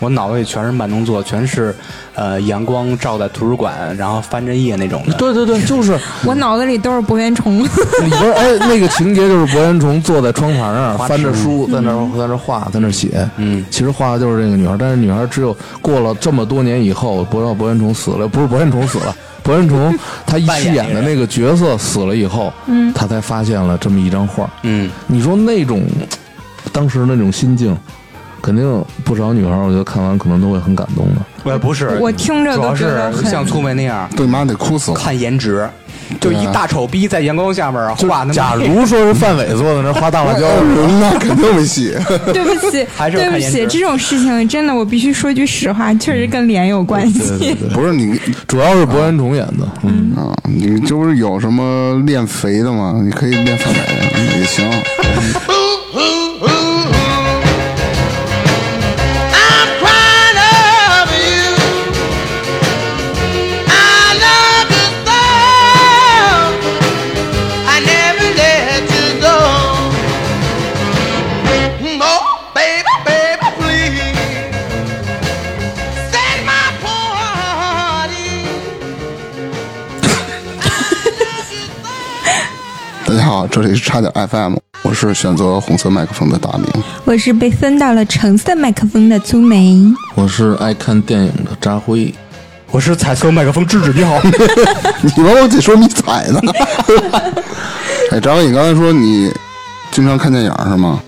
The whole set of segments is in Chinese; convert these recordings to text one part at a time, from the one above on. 我脑子里全是慢动作，全是呃阳光照在图书馆，然后翻着页那种的。 对对对，就是 我脑子里都是博圆虫，里边哎，那个情节就是博彦虫坐在窗台上翻着书，在那儿在那儿画，在那儿写。嗯，其实画的就是这个女孩，但是女孩只有过了这么多年以后，博到博彦虫死了，不是博彦虫死了，博彦虫他一扮起演演的那个角色死了以后，嗯他才发现了这么一张画。嗯，你说那种当时那种心境，肯定不少女孩，我觉得看完可能都会很感动的。我不是，我听着主都要觉得是很像粗眉那样对妈得哭死了。看颜值，就对啊一大丑逼在阳光下面就画那么假如说是范伟坐在那儿画大 辣椒，那肯定没 戏。对不起，还是有对不看起，颜值这种事情真的，我必须说句实话，确实跟脸有关系。对对对，不是你主要是博彦虫演的，嗯，啊，你这不是有什么练肥的吗？你可以练范伟也行。 I'm crying over you. I love you so. I never let you go. Oh, baby, baby, please set my poor heart at 大家好，这里是差点 FM，我是选择红色麦克风的大明。我是被分到了橙色麦克风的粗梅，我是爱看电影的扎辉。我是彩色麦克风制止你 好，你们我得说你彩呢。 哎，张哥，你刚才说你经常看电影是吗？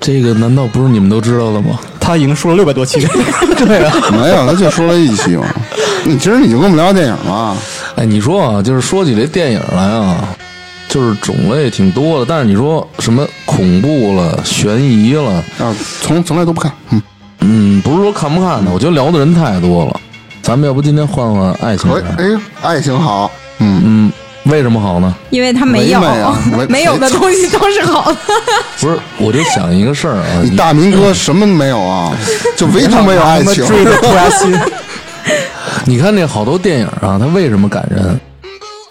这个难道不是你们都知道的吗？他已经说了六百多期了。 对啊，没有，他就说了一期嘛。你今儿你就跟我们聊聊电影吧。哎，你说啊，就是说起这电影来啊，就是种类挺多的，但是你说什么恐怖了、悬疑了，啊，从从来都不看。嗯，嗯，不是说看不看的，我觉得聊的人太多了。咱们要不今天换换爱情可以片？哎，爱情好。嗯，嗯，为什么好呢？因为他没有唯美啊 唯没有的东西都是 好的。不是，我就想一个事儿 啊，你嗯大明哥什么没有啊？就唯独没有爱情。追 的不压心。 你看这好多电影啊，它为什么感人？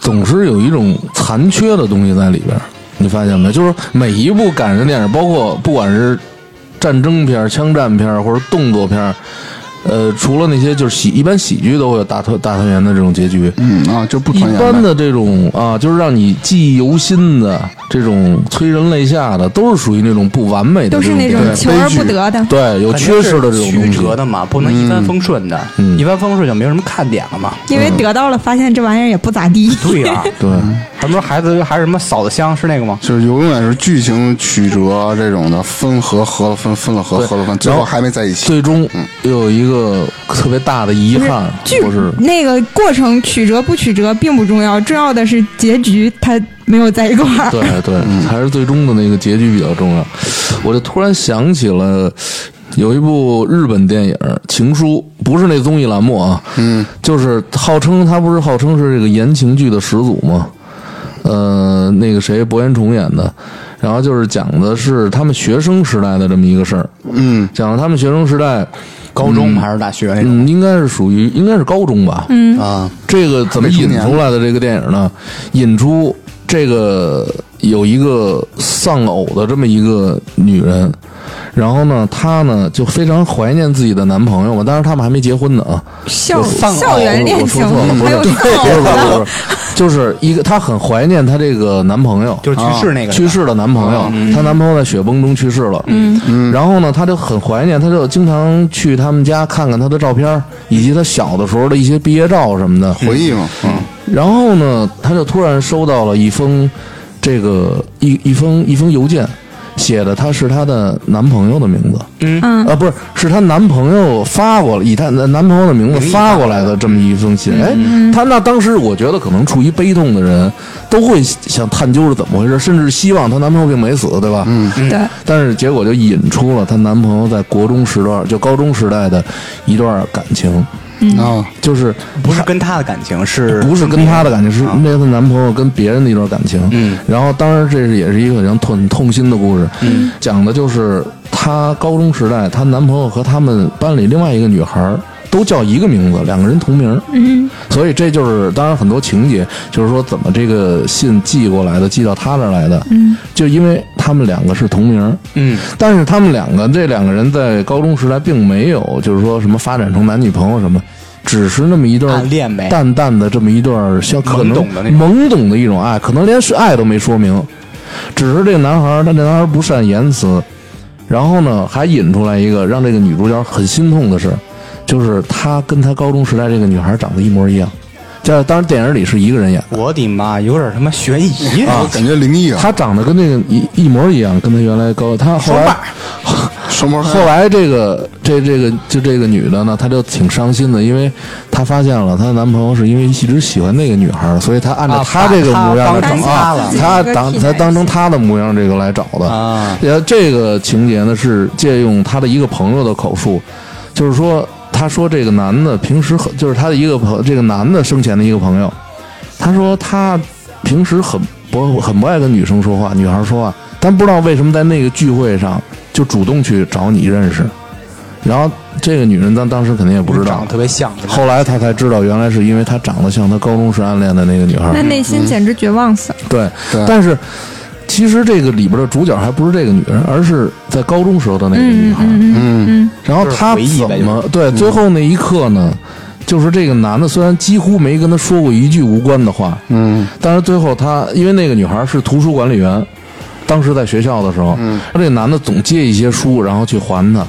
总是有一种残缺的东西在里边儿，你发现没？就是每一部感人的电影，包括不管是战争片儿、枪战片儿或者动作片儿，呃，除了那些就是喜，一般喜剧都会有大团大团圆的这种结局。嗯啊，就不一团圆呗般的这种啊，就是让你记忆犹新的这种催人泪下的，都是属于那种不完美的都是这那种电影求而不得的。对有缺失的这种曲东西。折的嘛，不能一帆风顺的，嗯一帆风顺就没有什么看点了嘛。因为得到了，发现这玩意儿也不咋地。嗯对 呀、对，他们说孩子还是什么嫂子香是那个吗？就是永远是剧情曲折这种的，分合合了分，分了合，合了分，最后还没在一起。最终又有一个特别大的遗憾，剧或是那个过程曲折不曲折并不重要，重要的是结局它没有在一块儿。对对，还是最终的那个结局比较重要。我就突然想起了有一部日本电影《情书》，不是那综艺栏目啊，嗯，就是号称他不是号称是这个言情剧的始祖吗？呃，那个谁，博彦崇演的，然后就是讲的是他们学生时代的这么一个事儿，嗯，讲了他们学生时代，高中还是大学那种？嗯，应该是属于应该是高中吧，嗯，啊，这个怎么引出来的这个电影呢？引出这个有一个丧偶的这么一个女人，然后呢，她呢就非常怀念自己的男朋友嘛，当然他们还没结婚呢啊，校丧偶校园恋情我说错了不是还有丧不是偶不是不的，是，就是一个她很怀念她这个男朋友，啊就是去世那个、嗯去。世的男朋友，她男朋友在雪崩中去世了。嗯，然后呢，她就很怀念，她就经常去他们家看看她的照片儿，以及她小的时候的一些毕业照什么的。回忆嘛，嗯，然后呢，她就突然收到了一封这个一一封一封邮件，写的她是她的男朋友的名字。嗯，啊，不是，是她男朋友发过来，以她男男朋友的名字名义发过来的这么一封信。哎，她那当时我觉得可能处于悲痛的人都会想探究是怎么回事，甚至希望她男朋友并没死，对吧？嗯。对，但是结果就引出了她男朋友在国中时段，就高中时代的一段感情，啊，就是不是跟他的感情，是不是跟她的感情，是啊那个她男朋友跟别人的一段感情。嗯然后当然这是也是一个很痛痛心的故事，嗯，讲的就是她高中时代，她男朋友和他们班里另外一个女孩儿都叫一个名字，两个人同名。嗯，所以这就是当然很多情节，就是说怎么这个信寄过来的，寄到他这儿来的。嗯，就因为他们两个是同名。嗯，但是他们两个这两个人在高中时代并没有，就是说什么发展成男女朋友什么，只是那么一段暗恋呗淡淡的这么一段像可能懵懂的那种懵懂的一种爱，可能连是爱都没说明，只是这个男孩儿，他这男孩儿不善言辞，然后呢还引出来一个让这个女主角很心痛的事，就是他跟他高中时代这个女孩长得一模一样，这当然电影里是一个人演的。我的妈，有点他妈悬疑我感觉灵异啊，他长得跟那个一一模一样，跟他原来高，他后来双胞后胎，来这个这这个就这个女的呢，她就挺伤心的，因为她发现了她的男朋友是因为一直喜欢那个女孩儿，所以她按照啊她这个把她模样来当找啊成她了她自己当一个她 T-Rex 当成她的模样这个来找的。啊！然后这个情节呢是借用她的一个朋友的口述，就是说她说这个男的平时很就是她的一个朋这个男的生前的一个朋友，他说他平时很不很不爱跟女生说话，女孩说话，但不知道为什么在那个聚会上就主动去找你认识，然后这个女人当当时肯定也不知长道得，特别像，后来她才知道原来是因为她长得像她高中时暗恋的那个女孩那。内嗯心简直绝望死了。对，对但是其实这个里边的主角还不是这个女人，而是在高中时候的那个女嗯孩。嗯嗯嗯，然后她就是怎回忆呗么就是对最后那一刻呢？就是这个男的虽然几乎没跟她说过一句无关的话，嗯，但是最后他因为那个女孩是图书管理员，当时在学校的时候，他这个男的总借一些书，然后去还她。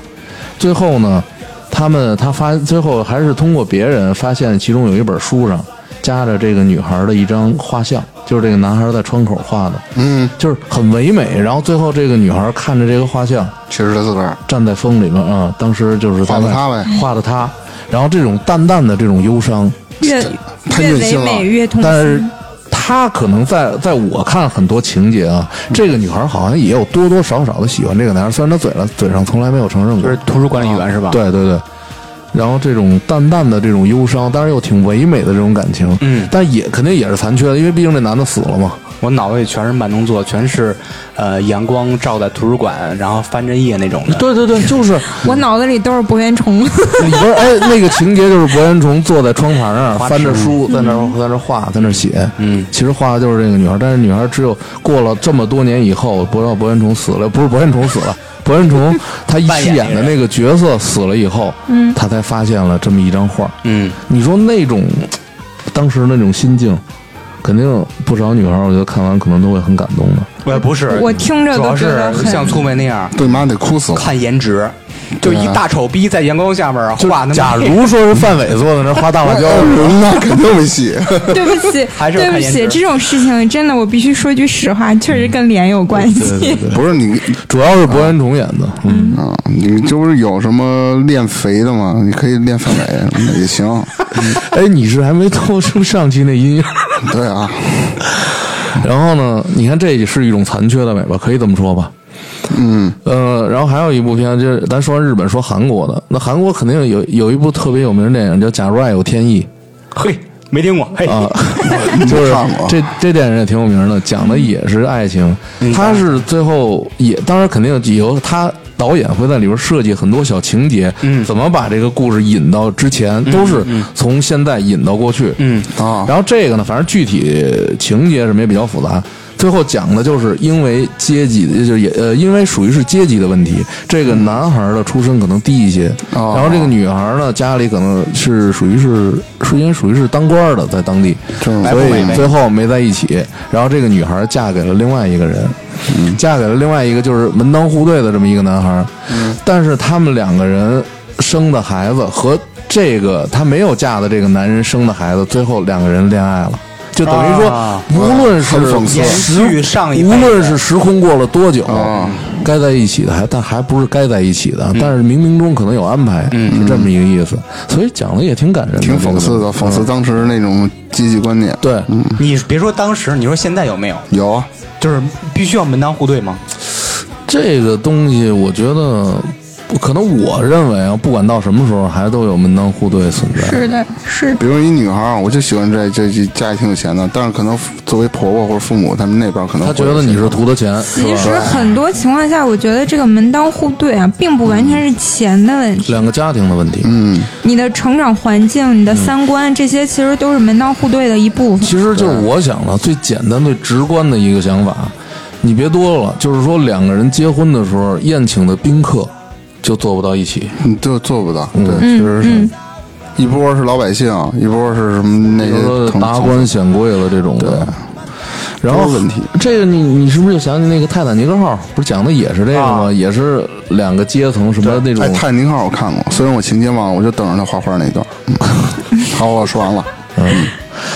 最后呢，他们他发最后还是通过别人发现其中有一本书上夹着这个女孩的一张画像，就是这个男孩在窗口画的，嗯，就是很唯美。然后最后这个女孩看着这个画像，其实他自个儿，站在风里面啊、当时就是画的她呗画的她。然后这种淡淡的这种忧伤，越太越虐唯心了美越痛但是心。她可能在在我看很多情节啊，这个女孩好像也有多多少少的喜欢这个男孩，虽然她嘴上嘴上从来没有承认就过是。图书管理员是吧？，对对对，然后这种淡淡的这种忧伤，当然又挺唯美的这种感情，嗯，但也肯定也是残缺的，因为毕竟这男的死了嘛。我脑子里全是慢动作，全是呃阳光照在图书馆，然后翻着页那种的。对对对， 就是我脑子里都是博圆虫，里边哎，那个情节就是博彦虫坐在窗台上画翻着纸书，在那儿在那儿画，在那儿写。嗯，其实画的就是这个女孩，但是女孩只有过了这么多年以后，不知道博彦虫死了，不是博彦虫死 了，博彦虫他一扮饰演演的那个角色死了以后，嗯，他才发现了这么一张画。嗯，你说那种当时那种心境，肯定不少女孩，我觉得看完可能都会很感动的。我呃不是，我听着主都要觉得是很像粗梅那样对妈得哭死了，看颜值，就一大丑逼在阳光下面就画那么。假如说是范伟坐在那儿画大辣 椒，人那肯定没戏， 对不起， 还是有对不看起，颜值这种事情真的，我必须说句实话，确实跟脸有关嗯对对系。对，不是你主要是博彦虫演的，嗯。啊，你这不是有什么练肥的吗？你可以练范伟也行，哎，你是还没透出上期那音乐？ 对啊，然后呢，你看这也是一种残缺的尾巴，可以这么说吧？嗯，呃，然后还有一部片，就是咱说完日本，说韩国的。那韩国肯定有有一部特别有名的电影叫《假如爱有天意 嘿，没听过，嘿，》就是看过这这电影也挺有名的，讲的也是爱情。他是最后也当然肯定由他导演会在里边设计很多小情节，嗯怎么把这个故事引到之前，都是从现在引到过去，嗯啊，然后这个呢，反正具体情节什么也比较复杂。最后讲的就是因为阶级，就是也呃，因为属于是阶级的问题，这个男孩的出身可能低一些，哦然后这个女孩呢，家里可能是属于是是因为属于是当官的，在当地，这种所白富美以呗最后没在一起。然后这个女孩嫁给了另外一个人，嫁给了另外一个就是门当户对的这么一个男孩。但是他们两个人生的孩子和这个她没有嫁的这个男人生的孩子，最后两个人恋爱了。就等于说，啊无论是很讽刺时延续上一辈无子论是时空过了多久，啊该在一起的还但还不是该在一起嗯的，但是冥冥中可能有安排，是这么一个意思。所以讲的也挺感人的，挺讽刺这的，嗯个讽刺当时那种阶级观念。嗯对，你别说当时，你说现在有没有？有啊，就是必须要门当户对吗？这个东西，我觉得不可能我认为啊，不管到什么时候，还都有门当户对存在。是的，是比如一女孩儿，我就喜欢这这这家里挺有钱的，但是可能作为婆婆或者父母，他们那边儿可能他会觉得你是图他钱，是其吧？实很多情况下，我觉得这个门当户对啊，并不完全是钱的问题，两个家庭的问题。嗯，你的成长环境、你嗯的三观这些，其实都是门当户对的一部分。其实就是我想的最简单、最直观的一个想法，你别多了，就是说两个人结婚的时候，宴请的宾客就坐不到一起。你嗯就做不到。对，确实是，一波是老百姓，一波是什么那比如说些同哎达官显贵了这种的。然后都是问题这个你你是不是就想起那个泰坦尼克号？不是讲的也是这个吗？啊也是两个阶层什么那种哎，。泰坦尼克号我看过，虽然我情节忘了，我就等着他画画那 段。嗯好，我说完了。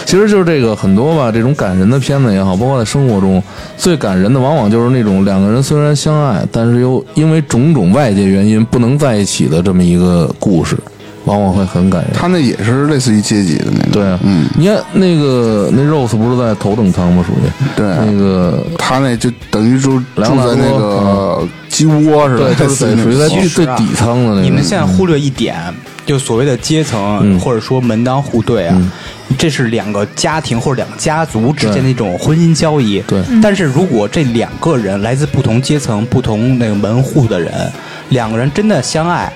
其实就是这个很多吧，这种感人的片子也好，包括在生活中最感人的，往往就是那种两个人虽然相爱，但是又因为种种外界原因不能在一起的这么一个故事，往往会很感人。他那也是类似于阶级的那种。对啊，嗯，你看那个那 Rose 不是在头等舱吗？属于对啊那个他那就等于住住梁大在那哥个鸡窝似的，嗯对，就类似于是那属于在种最最底层嗯的那种。你们现在忽略一点，就所谓的阶层或者说门当户对啊，嗯这是两个家庭或者两个家族之间的一种婚姻交易。对，但是如果这两个人来自不同阶层、不同那个门户的人，两个人真的相爱，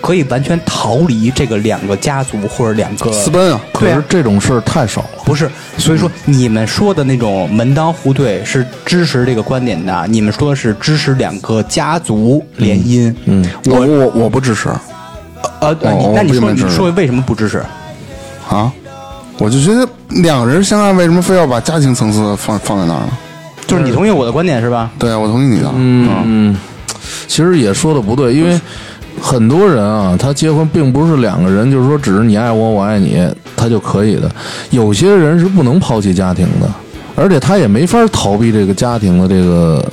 可以完全逃离这个两个家族或者两个私奔啊。可对是啊这种事儿太少了。不是，所以说你们说的那种门当户对是支持这个观点的，你们说的是支持两个家族联姻。嗯，我我我不支持呃，呃你哦我那你我不说明白你这个说为什么不支持？啊，我就觉得两个人相爱，为什么非要把家庭层次放放在那儿呢？就是你同意我的观点是吧？对，我同意你的。嗯，其实也说的不对，因为很多人啊，他结婚并不是两个人，就是说只是你爱我，我爱你，他就可以的。有些人是不能抛弃家庭的，而且他也没法逃避这个家庭的这个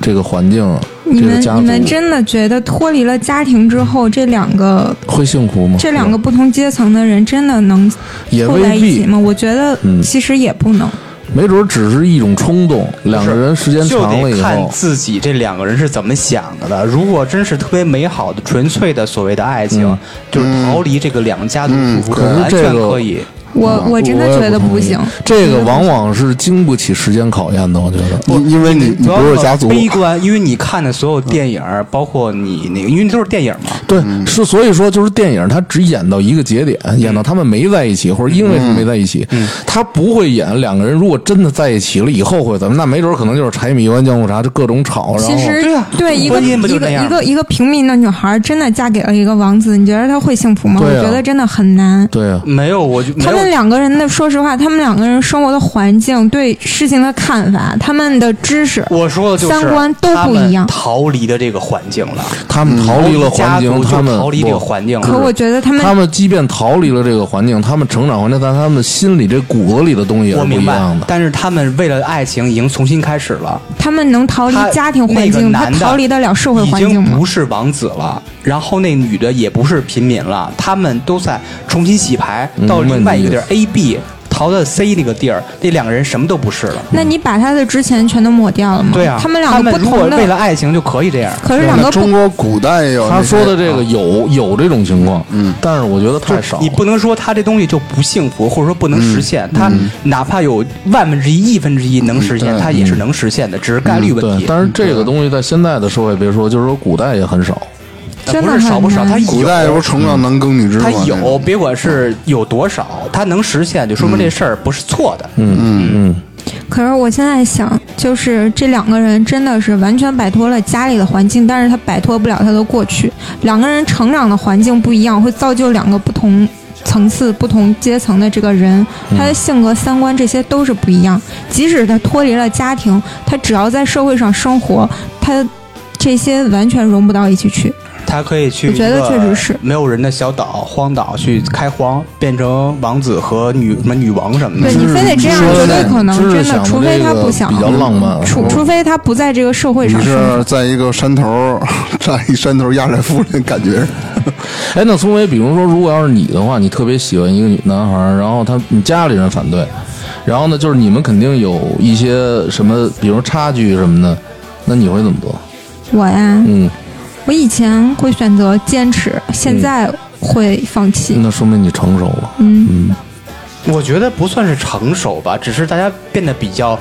这个环境，你这个们家你们族真的觉得脱离了家庭之后，这两个会幸福吗？这两个不同阶层的人真的能也凑在未一起必，吗？我觉得嗯其实也不能。没准只是一种冲动。两个人时间就长了得以看后，自己这两个人是怎么想的了。如果真是特别美好的、纯粹的所谓的爱情，就是逃离这个两个家族束缚，可是完嗯这全个可以。我我真的也觉得同不意行。这个往往是经不起时间考验的，我觉得。因因为你你不要不是那么家族，悲观，因为你看的所有电影，包括你那个，因为都是电影嘛。对，嗯是所以说就是电影，它只演到一个节点，演到他们没在一起，或者因为他们没在一起，嗯他不会演两个人如果真的在一起了以后会怎么，那没准可能就是柴米油盐酱醋茶，就各种吵，然后其实对啊一个婚一姻不个就一这样个一个平民的女孩，真的嫁给了一个王子，你觉得她会幸福吗？对啊我觉得真的很难。对啊，没有，我就没他有们两个人的，说实话，他们两个人生活的环境、对事情的看法、他们的知识，我说的就是三观都不一样他们逃离的这个环境了，他们逃离了嗯家环境，族就他们逃离这个不环境了。可我觉得他们他们即便逃离了这个环境，他们成长环境，但他们心里这骨子里的东西也我是不一明白样的，。但是他们为了爱情已经重新开始了，他们能逃离他哦家庭环那个境，他男的逃离得了社会环已境经吗不？是王子了，然后那女的也不是平民了，他们都在重新洗牌，到另外一个地儿 A、B 逃到 C 那个地儿，那两个人什么都不是了。那你把他的之前全都抹掉了吗？对啊，他们两个不如果同的为，了爱情就可以这样。可是两那个不中国古代也有他那些说的这个有有这种情况，嗯，但是我觉得太少啊了你。不能说他这东西就不幸福，或者说不能实现。他哪怕有万分之一、亿分之一能实现，他也是能实现的，只是概率问嗯对题，。但是这个东西在现在的社会，别说，就是说古代也很少。呃真的不是少不少，很他难有古代不是崇尚男耕女织吗？他那有，种别管是有多少，他能实现，就说明这事儿不是错的。嗯，可是我现在想，就是这两个人真的是完全摆脱了家里的环境，但是他摆脱不了他的过去。两个人成长的环境不一样，会造就两个不同层次、不同阶层的这个人，嗯他的性格、三观这些都是不一样。即使他脱离了家庭，他只要在社会上生活，他这些完全融不到一起去。他可以去我觉得一个确实是没有人的小岛、荒岛去开荒，变成王子和女什么女王什嗯么对你的。非得这样，绝对可能知识真想的，的除非他这个不想比，较浪漫，除除非他不在这个社会你上生活。是在一个山头儿 站一山头压寨夫人，感觉哎，那聪伟，比如说，如果要是你的话，你特别喜欢一个女男孩儿，然后他你家里人反对，然后呢，就是你们肯定有一些什么，比如差距什么的，那你会怎么做？我呀，嗯，我以前会选择坚持，现在会放弃。那说明你成熟了。嗯我觉得不算是成熟吧，只是大家变得比较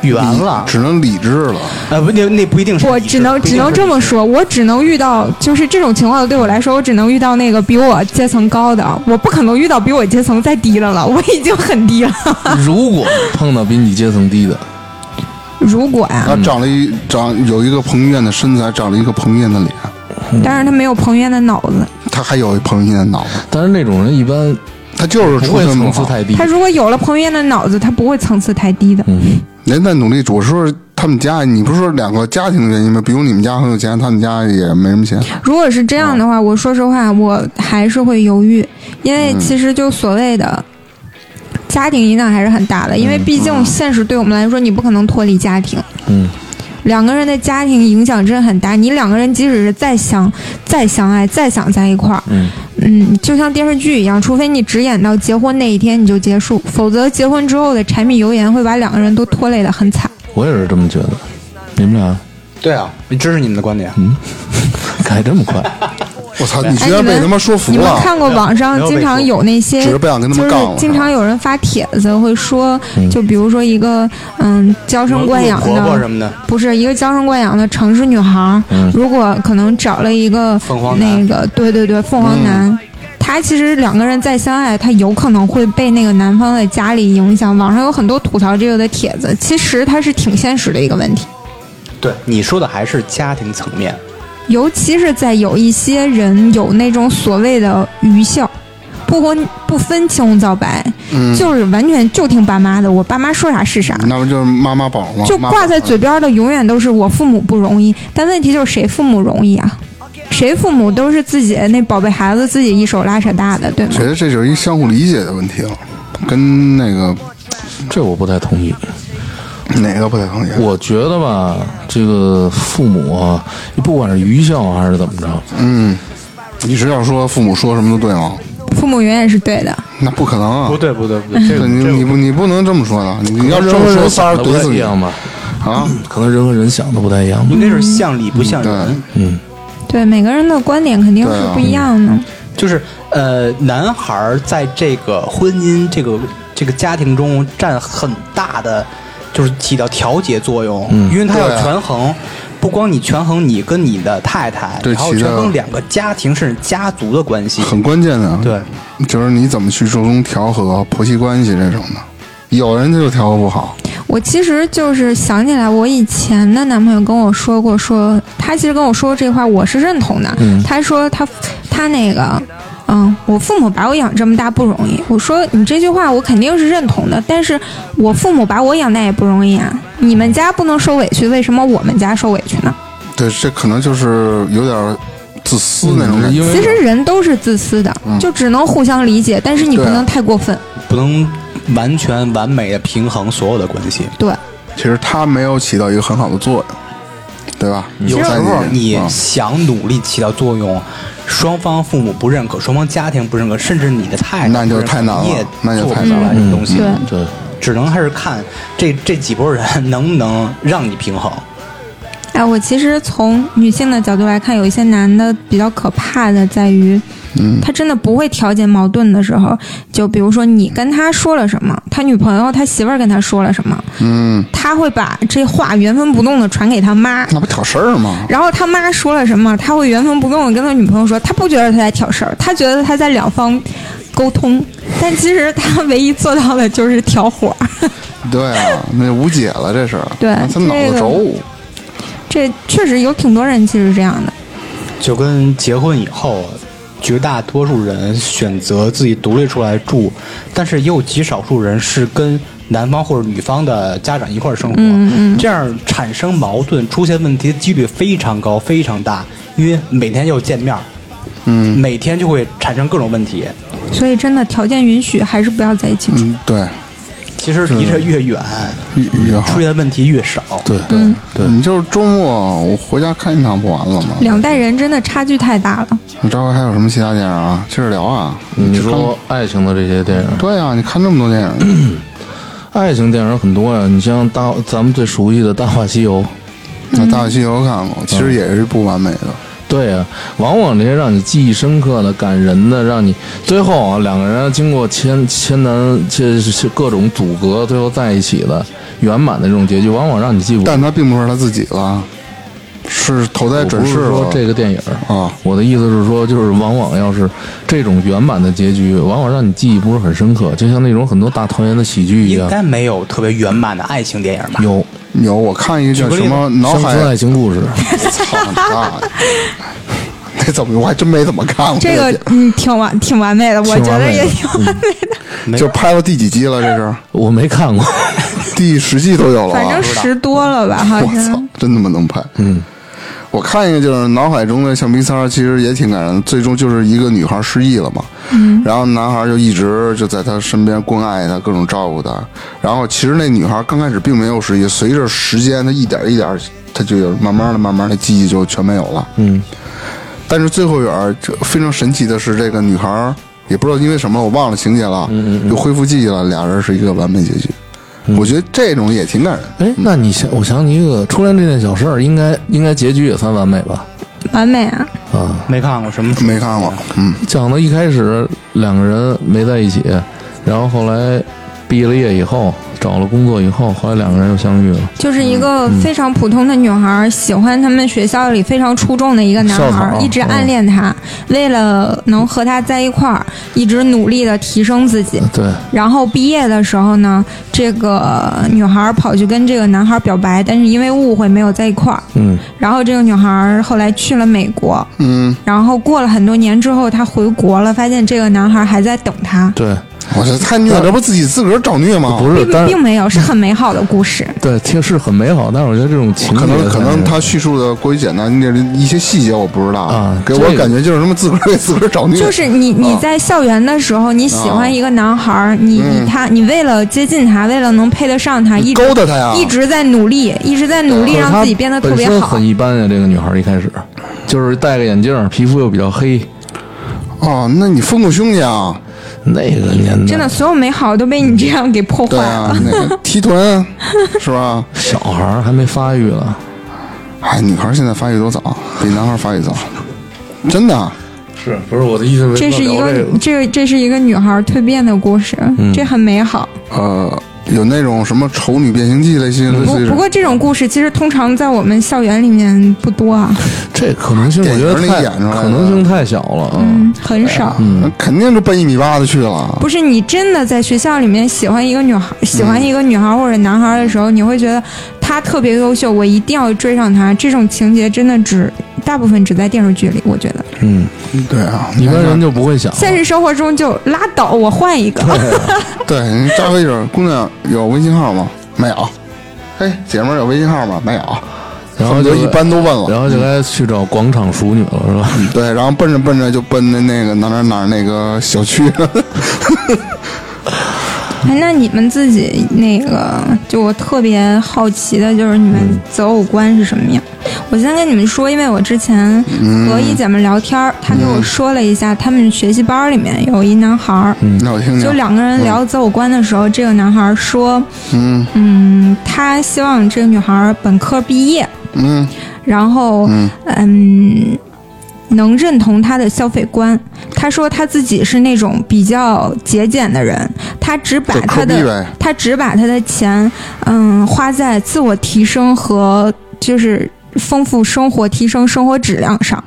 圆了理。只能理智了。呃，不，那那不一定是嗯我理智。只能不一只定能是这理么智。说，我只能遇到就是这种情况，对我来说，我只能遇到那个比我阶层高的，我不可能遇到比我阶层再低的了，我已经很低了。 如果碰到比你阶层低的，如果啊呀、他长了一长有一个彭于晏的身材，长了一个彭于晏的脸，但是他没有彭于晏的脑子，他还有一彭于晏的脑子，但是那种人一般他就是不出会身层不次好。太低他。如果有了彭于晏的脑子，他不会层次太低的。嗯，人在努力，我说他们家，你不是说两个家庭的原因吗？比如你们家很有钱，他们家也没什么钱。如果是这样的嗯话，我说实话，我还是会犹豫，因为其实就所谓的家庭影响还是很大的，因为毕竟现实对我们来说，你不可能脱离家庭。嗯，两个人的家庭影响真的很大。你两个人即使是再相、再相爱、再想在一块儿，嗯嗯，就像电视剧一样，除非你只演到结婚那一天你就结束，否则结婚之后的柴米油盐会把两个人都拖累得很惨。我也是这么觉得。你们俩对啊，支持你们的观点。嗯改这么快，我操，你哎，居你然被们他妈说服啊你们了！看过网上没有经常有那些，只是不想跟他们就是杠了经常有人发帖子会说，就比如说一个嗯娇生惯养婆婆什的，么的，不是一个娇生惯养的城市女孩儿，嗯如果可能找了一个凤凰男那个对对对凤凰男。他其实两个人再相爱，他有可能会被那个男方的家里影响。网上有很多吐槽这个的帖子，其实它是挺现实的一个问题。对你说的还是家庭层面。尤其是在有一些人有那种所谓的愚孝，不分不分青红皂白，嗯，就是完全就听爸妈的，我爸妈说啥是啥，那不就是妈妈宝吗？就妈挂宝在嘴边儿的永远都是我父母不容易。但问题就是谁父母容易啊？谁父母都是自己那宝贝孩子自己一手拉扯大的，对吗觉？得这就是一相互理解的问题了，跟那个这我不太同意。哪个不太同意？我觉得吧，这个父母啊，不管是愚孝还是怎么着，嗯，你是要说父母说什么都对吗？父母永远是对的。那不可能啊！不对，不对，不 对，这对个你这你个不你不能这么说的，你你要这人么和说，人仨想人的不怼太死一你样吧？啊！可能人和人想的不太一样吧。应该是像理不像人嗯。嗯，对每个人的观点肯定是啊不一样的，就是呃，男孩儿在这个婚姻、这个这个家庭中占很大的，就是起到调节作用，因为他要对啊权衡，不光你权衡你跟你的太太，对然后起权到衡两个家庭甚至家族的关系。很关键的，啊对，就是你怎么去注重调和婆媳关系这种的。有人他就调和不好，我其实就是想起来，我以前的男朋友跟我说过说，他其实跟我说这话，我是认同的。嗯他说他他那个，嗯，我父母把我养这么大不容易。我说你这句话我肯定是认同的，但是我父母把我养大也不容易啊。你们家不能受委屈，为什么我们家受委屈呢？对，这可能就是有点自私那种感嗯觉。因为其实人都是自私的，就只能互相理解，但是你不嗯对啊能太过分。不能完全完美的平衡所有的关系。对，其实他没有起到一个很好的作用，对吧？有时在候你嗯想努力起到作用，双方父母不认可，双方家庭不认可，甚至你的太太那就不认可太难了你也那就做太不出难来这东西对。嗯对，只能还是看这这几拨人能不能让你平衡。哎，我其实从女性的角度来看，有一些男的比较可怕的在于，他真的不会调节矛盾的时候，就比如说你跟他说了什么，他女朋友、他媳妇儿跟他说了什么，嗯，他会把这话原封不动的传给他妈。那不挑事儿吗？然后他妈说了什么，他会原封不动的跟他女朋友说，他不觉得他在挑事儿，他觉得他在两方沟通，但其实他唯一做到的就是挑火儿。 对啊，那无解了这事儿。对他脑这子个轴。这确实有挺多人其实这样的。就跟结婚以后，绝大多数人选择自己独立出来住，但是也有极少数人是跟男方或者女方的家长一块儿生活，这样产生矛盾、出现问题的几率非常高、非常大，因为每天要见面儿，嗯每天就会产生各种问题。所以真的条件允许，还是不要在一起住。嗯，对，其实离着越远，越越好出。现的问题越少。对对嗯对你就是周末我回家看一场不完了吗？两代人真的差距太大了。你这回还有什么其他电影啊？接着聊啊！嗯你去看说爱情的这些电影，对啊，你看这么多电影， 爱情电影很多呀、你像大咱们最熟悉的《大话西游》，嗯那《大话西游》看过，其实也是不完美的。对啊，往往这些让你记忆深刻的、感人的，让你最后啊两个人经过千千难这这各种阻隔，最后在一起的圆满的这种结局，往往让你记不。但他并不是他自己了，是投我胎不转是世说了。这个电影儿啊，我的意思是说，就是往往要是这种圆满的结局，往往让你记忆不是很深刻，就像那种很多大团圆的喜剧一应样。该没有特别圆满的爱情电影吧？有有我看一个叫举个什例子么脑乡海村爱情故事，操你大爷！ 那怎么我还真没怎么看过这个电嗯挺完挺完美的，我挺觉完得美也的挺完美的，影就拍到第几集了？这是我没看过。 第十季都有了啊反吧正？十多了吧，好我操像，真他妈能拍！嗯，我看一个就是脑海中的橡皮擦，其实也挺感人的。最终就是一个女孩失忆了嘛，嗯，然后男孩就一直就在她身边关爱她，各种照顾她。然后其实那女孩刚开始并没有失忆，随着时间，她一点一点，她就有慢慢的、慢慢的记忆就全没有了。嗯，但是最后一儿这非常神奇的是，这个女孩儿也不知道因为什么，我忘了情节了，嗯嗯就恢复记忆了，俩人是一个完美结局。我觉得这种也挺感人。哎，那你想，我想起一个《初恋这件小事儿》，应该应该结局也算完美吧？完美啊！啊，没看过什么？没看过，嗯，讲的一开始两个人没在一起，然后后来毕了业以后，找了工作以后，后来两个人又相遇了。就是一个非常普通的女孩儿，喜欢他们学校里非常出众的一个男孩校儿，草一直暗恋他，为了能和他在一块儿，一直努力的提升自己。对，然后毕业的时候呢，这个女孩儿跑去跟这个男孩儿表白，但是因为误会没有在一块儿。嗯，然后这个女孩儿后来去了美国，嗯，然后过了很多年之后，她回国了，发现这个男孩儿还在等她。对，我觉得太虐了，这不自己自个儿找虐吗？不是，并但是并没有，是很美好的故事。对，其实是很美好，但是我觉得这种情节可能可能太他叙述的过于简单，那一些细节我不知道啊给我这个感觉就是什么自个儿给 自个儿找虐，就是你你啊在校园的时候，你喜欢一个男孩儿，你你他你为了接近他，为了能配得上他，一直勾搭他呀，一直在努力，一直在努力可是让她自己变得特本别身好很。一般呀，这个女孩一开始就是戴个眼镜，皮肤又比较黑，哦，那你丰过胸去啊？那个年代真的，所有美好都被你这样给破坏对了。啊，那 个提臀是吧？小孩儿还没发育了，哎，女孩现在发育多早，啊比男孩发育早，真的。啊是不是我的意思？这是一个这这是一个女孩儿蜕变的故事，这很美好。呃，有那种什么丑女变形记类型不的，类似于不过这种故事其实通常在我们校园里面不多啊，这可能性，我觉得电影里太演出来的可能性太小了啊。嗯，很少。嗯肯定就奔一米八的去了。不是你真的在学校里面喜欢一个女孩，喜欢一个女孩或者男孩的时候，你会觉得他特别优秀，我一定要追上他。这种情节真的只大部分只在电视剧里，我觉得嗯，对啊，一你般人就不会想。现实生活中就拉倒，我换一个。对，你扎个一儿，姑娘有微信号吗？没有。哎，姐们儿有微信号吗？没有。然后恨不就得一般都问了，然后就该去找广场熟女了，是吧？对，然后奔着奔着就奔那那个哪哪哪那个小区了。哎，那你们自己那个，就我特别好奇的就是你们择偶观是什么样？我先跟你们说，因为我之前和一姐们聊天儿，她给我说了一下，他们学习班儿里面有一男孩儿，那我听听，就两个人聊择偶观的时候，这个男孩说，嗯嗯，他希望这个女孩本科毕业，嗯然后嗯嗯，能认同他的消费观。他说他自己是那种比较节俭的人，他只把就他抠逼的呗，他只把他的钱嗯花在自我提升和就是丰富生活、提升生活质量上。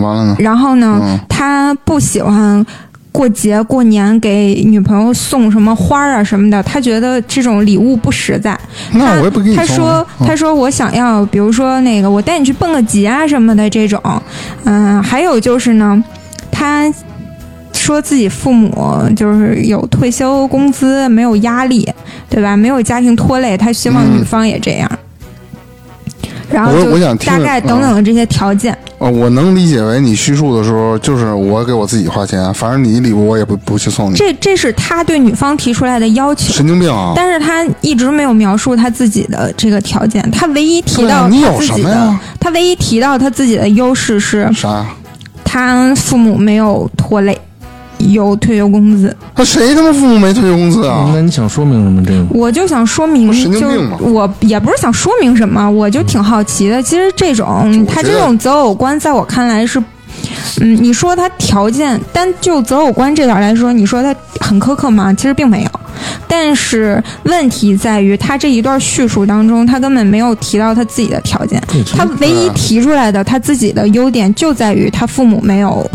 完了呢，然后呢，嗯他不喜欢过节过年给女朋友送什么花儿啊什么的，他觉得这种礼物不实在。那我也不给你他送说了，他说我想要，比如说那个，我带你去蹦个极啊什么的这种。嗯、还有就是呢，他。说自己父母就是有退休工资，没有压力，对吧？没有家庭拖累，他希望嗯女方也这样。然后我就我想听嗯大着概等等的这些条件，哦，我能理解为你叙述的时候，就是我给我自己花钱，反正你礼物我也不不去送你，这这是他对女方提出来的要求。神经病啊！但是他一直没有描述他自己的这个条件，他唯一提对啊到你他有自什己么的呀，？他唯一提到他自己的优势是啥呀？他父母没有拖累，有退休工资。那谁他妈父母没退休工资嗯啊？那你想说明什么这个？我就想说明不哦是，神经就病是吗我也不是想说明什么，我就挺好奇的。其实这种他这种择偶观，在我看来是，嗯，你说他条件，单就择偶观这点来说，你说他很苛刻吗？其实并没有。但是问题在于，他这一段叙述当中，他根本没有提到他自己的条件对其实，他唯一啊提出来的他自己的优点就在于他父母没有。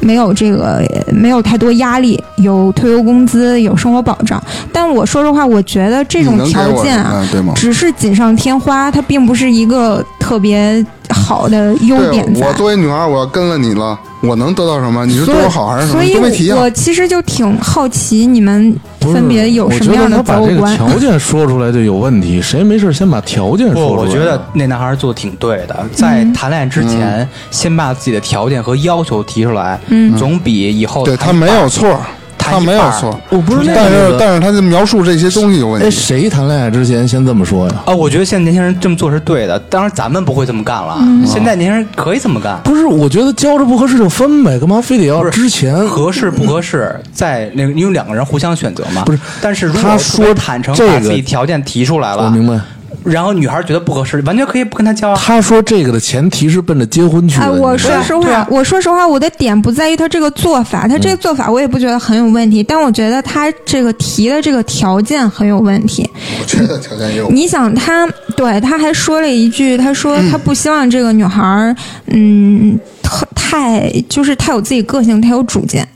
没有这个，没有太多压力，有退休工资，有生活保障。但我说实话，我觉得这你种能给条我件什么啊，呀对吗？只是锦上添花，它并不是一个特别好的优对点，在我。作为女孩，我要跟了你了，我能得到什么？你是对我好还是什么？所你以都没提啊我。其实就挺好奇你们不是分别有什么样的我觉得他择把这偶个观。条件说出来就有问题，谁没事先把条件说不，出我来？觉啊得那男孩做的挺对的，在谈恋爱之前，嗯先把自己的条件和要求提出来，总比以后对他谈没有错，他他一没有半儿错。我不是那个但意是思但是他的描述这些东西有问哎，题。谁谈恋爱之前先这么说呀？啊，我觉得现在年轻人这么做是对的，当然咱们不会这么干了。现在年轻人可以这么干，不是，我觉得交着不合适就分呗，干嘛非得要不是之前？合适不合适，在那个因为两个人互相选择嘛。不是但是如果他特别说坦诚这把个自己条件提出来了，我明白。然后女孩觉得不合适，完全可以不跟他交啊。他说这个的前提是奔着结婚去的。啊哎，你我知说道吗实话，我说实话，我的点不在于他这个做法，他这个做法我也不觉得很有问题，但我觉得他这个提的这个条件很有问题。我觉得条件也有呃你想他，对，他还说了一句，他说他不希望这个女孩儿，嗯，特太就是太有自己个性，太有主见。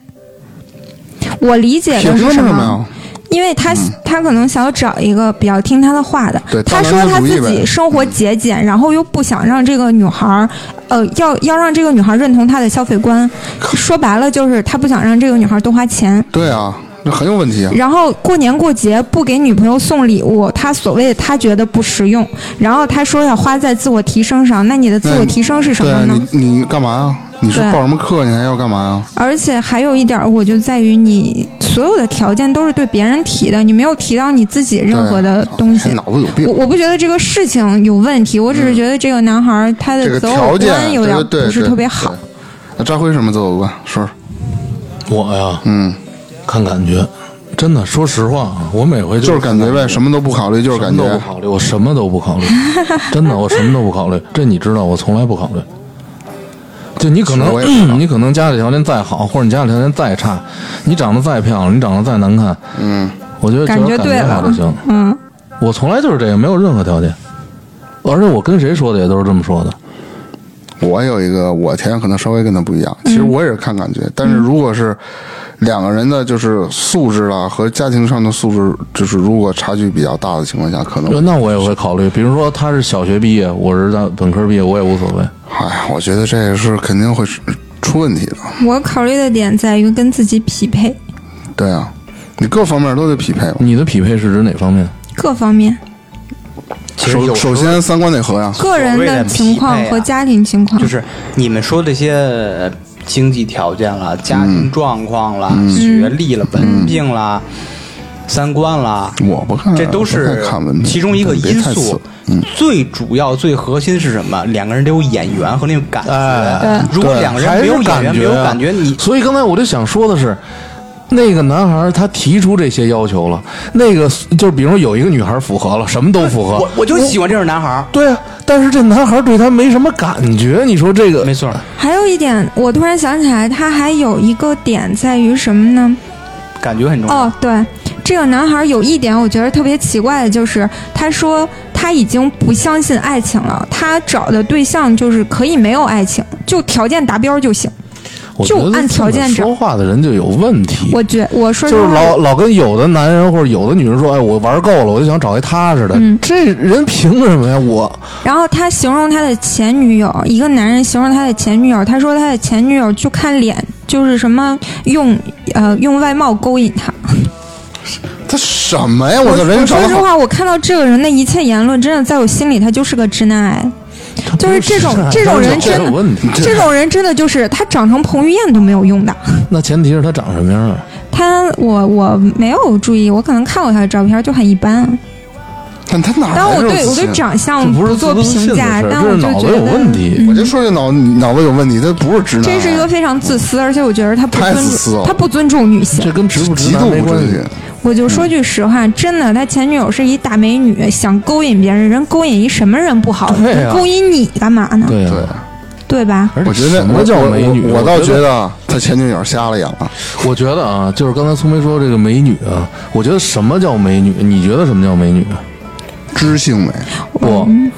我理解凭的是什什么么呀？？因为他、他可能想要找一个比较听他的话的。嗯对他大男说子他主义自呗己生活节俭，然后又不想让这个女孩儿，呃，要要让这个女孩儿认同他的消费观。说白了就是他不想让这个女孩儿多花钱。对啊，那很有问题啊。然后过年过节不给女朋友送礼物，他所谓的他觉得不实用，然后他说要花在自我提升上，那你的自我提升是什对啊么，呢？你你干嘛呀？你是对报什么课？你还要干嘛啊呀？而且还有一点儿，我就在于你所有的条件都是对别人提的，你没有提到你自己任何的东西对。啊脑子有病嗯我。我不觉得这个事情有问题，我只是觉得这个男孩儿他这的个择偶条观件有点儿对对不是对特别好对。那张辉什么择偶观？说说，我呀，嗯，看感觉，真的，说实话啊，我每回就是看感觉呗，什么都不考虑，就是什感么觉都不。考虑，我什么都不考 虑，真的，我什么都不考虑。这你知道，我从来不考虑。就你可是我也啊知道 能，你可能家里条件再好，或者你家里条件再差，你长得再漂亮，你长得再难看，嗯，我觉得只感要觉感对觉好了就行。，嗯，我从来就是这样，没有任何条件。而且我跟谁说的也都是这么说的。我有一个，我条件可能稍微跟他不一样。嗯其实我也是看感觉，但是如果是两个人的就是素质啦和家庭上的素质，就是如果差距比较大的情况下，可能嗯那我也会考虑，比如说他是小学毕业，我是在本科毕业，我也无所谓。哎，我觉得这个是肯定会出出问题的。我考虑的点在于跟自己匹配对啊，你各方面都得匹配嗯嘛。你的匹配是指哪方面？各方面。其实首有时候首先三观得合呀。个人的情况和家庭情况，就是你们说这些呃经济条件了、家庭状况了、学历了、文凭啦、三观啦，我不看，这都嗯我不是太看文凭其中一个因。别太素死。最主要、最核心是什么？两个人得有眼缘和那种感哎觉。哎如果对两个人还没是有眼缘、没有啊感觉，你所以刚才我就想说的是，那个男孩他提出这些要求了，那个就比如说有一个女孩符合了，什么都符合我，我就喜欢这种男孩儿。对啊，但是这男孩对她没什么感觉，你说这个没错儿，还有一点，我突然想起来，他还有一个点在于什么呢？感觉很嗯重要。哦，对，这个男孩有一点我觉得特别奇怪的就是，他说他已经不相信爱情了，他找的对象就是可以没有爱情，就条件达标就行。我觉得就按条件这么说找话的人就有问题。我觉我说就实是话，老老跟有的男人或者有的女人说，哎，我玩够了，我就想找一踏实的。嗯这人凭什么呀？我然后他形容他的前女友，一个男人形容他的前女友，他说他的前女友就看脸，就是什么用呃用外貌勾引他。他什么呀？我我的人长说得实好，话，我看到这个人的一切言论，真的在我心里，他就是个直男癌。 就是这 种这种人真有的， 问题。这种人真的就是他长成彭于晏都没有用的。那前提是他长什么样啊？啊他我我没有注意，我可能看过他的照片，就很一般。但他哪但来我这种对自我对信啊长这相不是嗯做自信评的事价儿，，但这我是就脑觉子有问得。题。我就说这脑脑子有问题，他不是直男，嗯这是一个非常自私，而且我觉得他不太尊自私了重，他不尊重女性这。跟直不直极男度没不关正系确。。我就说句实话，真的，他前女友是一大美女，想勾引别人，人勾引一什么人不好？对呀人勾引你干嘛呢？对呀、啊啊对，对吧？而且 我觉得什么叫美女？我我倒觉得，得啊他前女友瞎了眼了。我觉得啊，就是刚才聪梅说这个美女啊，我觉得什么叫美女？你觉得什么叫美女？知性美，不，嗯